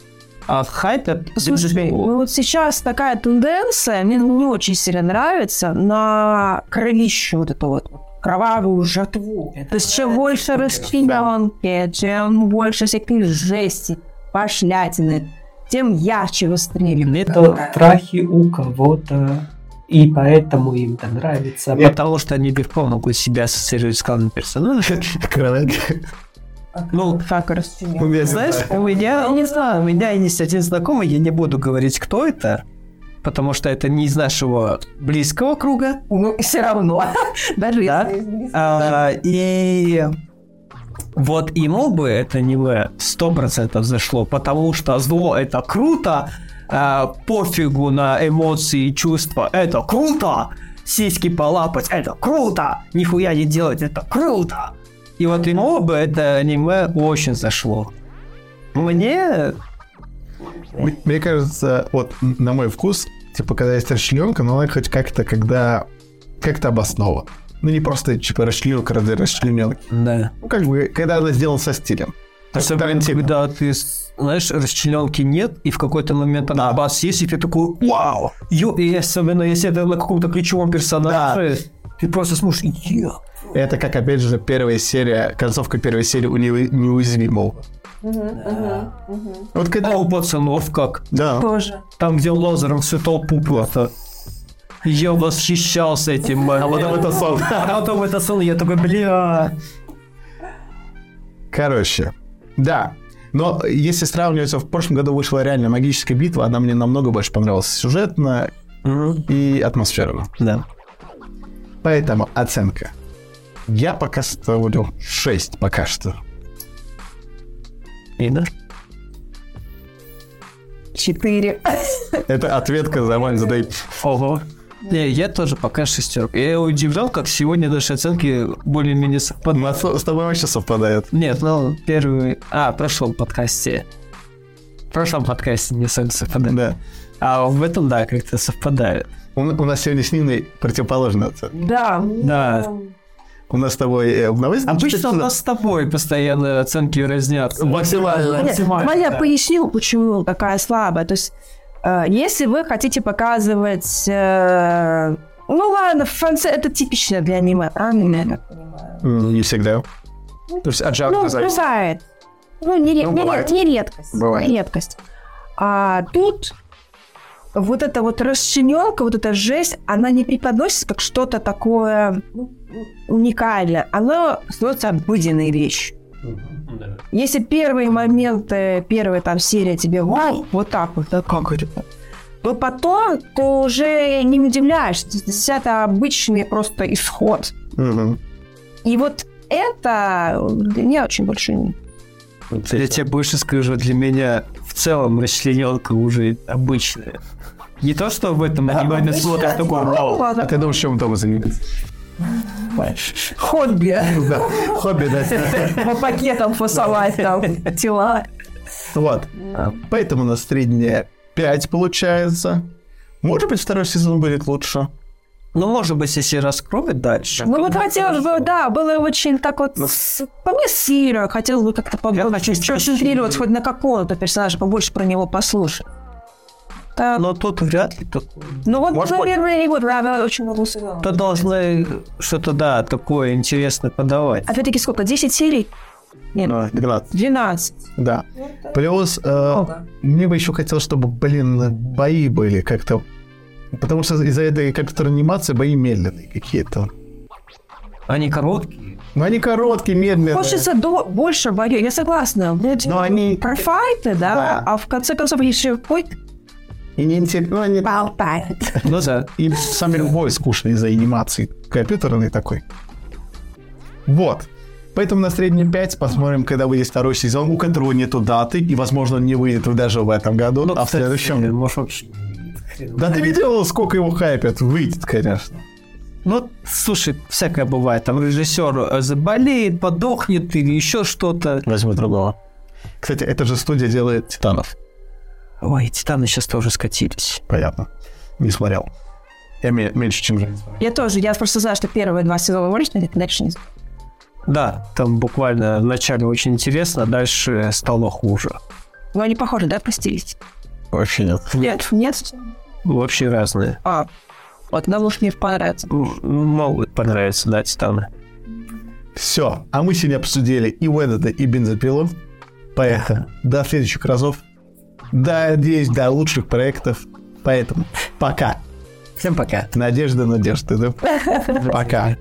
C: А хайп это...
B: Слушай, ну вот сейчас такая тенденция, мне ну, не очень сильно нравится, на кровищу вот эту вот кровавую жатву. То есть чем больше расчлененки, чем больше всякой жести, пошлятины, тем ярче выстрелим.
E: Это трахи у кого-то, и поэтому им это нравится.
C: а
E: а
C: Потому что они легко могут себя ассоциировать с главным персонажем. Ну,
B: Как расчлененки.
A: У меня-
C: знаешь, у меня, не знаю, у меня есть один знакомый, я не буду говорить, кто это, потому что это не из нашего близкого круга,
B: Ну, все равно. Даже
C: Да.
B: если...
C: А, и вот ему бы это аниме сто процентов зашло, потому что зло это круто, а, пофигу на эмоции и чувства, это круто, сиськи полапать, это круто, нихуя не делать, это круто. И вот ему бы это аниме очень зашло. Мне
A: Мне мне кажется, вот м, на мой вкус, типа, когда есть расчленка, но она хоть как-то, когда как-то обоснована. Ну, не просто, типа, расчленка ради расчлененки.
C: да.
A: Ну, как бы, когда она сделана со стилем.
C: Особенно,
A: Тарантино.
C: когда ты, с- знаешь, расчлененки нет, и в какой-то момент она а, бас есть, и ты такой, вау! Ё, и особенно если это на каком-то ключевом персонаже, ты просто смотришь, «Е».
A: Это, как, опять же, первая серия, концовка первой серии у неу- неуязвимого. Вот когда...
C: а у пацанов как?
A: Да.
B: Тоже.
C: Там, где лазером всю толпу просто. Я восхищался этим. А
A: потом это сон.
C: А потом это сон, я такой, бля...
A: Короче, да. Но если сравнивать, в прошлом году вышла реально магическая битва, она мне намного больше понравилась сюжетно и атмосферно.
C: Да.
A: Поэтому оценка. Я пока ставлю 6 пока что.
C: И да.
B: Четыре.
A: Это ответка за Вань задай.
C: Ого. Не, я тоже пока шестерка. Я удивлял, как сегодня наши оценки более-менее совпадают.
A: У нас С тобой вообще совпадает.
C: Нет, ну, первый... А, в прошлом подкасте. В прошлом подкасте не совсем совпадает.
A: Да.
C: А в этом, да, как-то совпадает.
A: У, у нас сегодня с Ниной противоположно.
B: Да.
C: Да.
A: У нас с тобой... э, в новой-
C: Обычно у нас с тобой постоянно оценки разнятся.
A: Максимально.
B: Нет, Ваня пояснил, почему такая слабая. То есть Э, Если вы хотите показывать... э, Ну ладно, фансе это типично для аниме, правильно я так понимаю?
A: М, Ну, Не всегда.
H: То есть от жанра
B: Ну,
H: зависит.
B: бывает. Ну, не, ре-
H: Ну,
B: не ре-
H: бывает.
B: не редкость.
H: Бывает.
B: не редкость. А тут вот эта вот расчлененка, вот эта жесть, она не преподносится как что-то такое ну, уникальное. Она становится обыденной вещью.
E: ну,
B: Если первые моменты, первая там серия тебе вау, вот так вот, да, как это? То потом ты уже не удивляешься. То есть Это обычный просто исход.
A: Мгм.
B: И вот это для меня очень больше
C: Я тебе больше скажу, для меня в целом расчлененка уже обычная. Не то, что в этом аниме слово такое
B: Ну,
C: «вау».
A: А ты думаешь, чем дома занимается?
B: Хобби.
A: Да, хобби, да.
B: По пакетам фасовать там тела.
A: Вот. Поэтому у нас средняя 5 получается. Может быть, второй сезон будет лучше.
C: Ну, может быть, если раскроют дальше.
B: Ну вот хотелось бы, да, было очень так вот помыслировать, хотелось бы как-то по-
C: Ну, Я хочу чаще.
B: концентрироваться хоть на какого-то персонажа, побольше про него послушать. Так,
C: Но тут вряд ли такое.
B: ну вот,
H: может,
B: наверное, вот, да, да, очень много сезонов.
C: Тут должны что-то, да, такое интересное подавать.
B: Опять-таки сколько, 10 серий? Нет,
A: Ну, 12,
B: 12.
A: да. Плюс, э, мне бы еще хотелось, чтобы, блин, бои были как-то... Потому что из-за этой компьютерной анимации бои медленные какие-то.
C: Они короткие.
A: Но они короткие, медленные.
B: Хочется до- больше боев, я согласна. типа
A: Но они-
B: Про файты, да, а в конце концов еще хоть
A: И не интерес- ну, они-
B: болтают.
C: Ну да.
A: И сам любой скучный из-за анимации компьютерный такой. Вот. Поэтому на среднем 5 посмотрим, когда выйдет второй сезон, у которого нету даты, и, возможно, он не выйдет даже в этом году, а в
C: Ну, кстати,
A: следующем.
C: Может, вообще... хрен.
A: Да ты видел, сколько его хайпят? Выйдет, конечно.
C: Ну, слушай, всякое бывает. Там режиссер э, заболеет, подохнет или еще что-то.
A: Возьму другого. Кстати, эта же студия делает Титанов.
C: Ой, Титаны сейчас тоже скатились.
A: Понятно. Не смотрел. Я ме- меньше, чем Женя смотрел.
B: Я тоже, я просто знаю, что первые два сезона можно, а дальше не знаю.
C: Да, там буквально вначале очень интересно, а дальше стало хуже.
B: Ну, они похожи, да, по стилистике?
A: Вообще нет.
B: Нет. Нет?
C: Вообще разные. Ну,
B: А, вот нам уж не понравится.
C: М, Могут понравиться, да, Титаны.
A: Все. А мы сегодня обсудили и Уэддета, и бензопилу. Поехали. До следующих разов. Да, надеюсь, до лучших проектов. Поэтому пока.
C: Всем пока.
A: Надежда, надежда. да? Пока.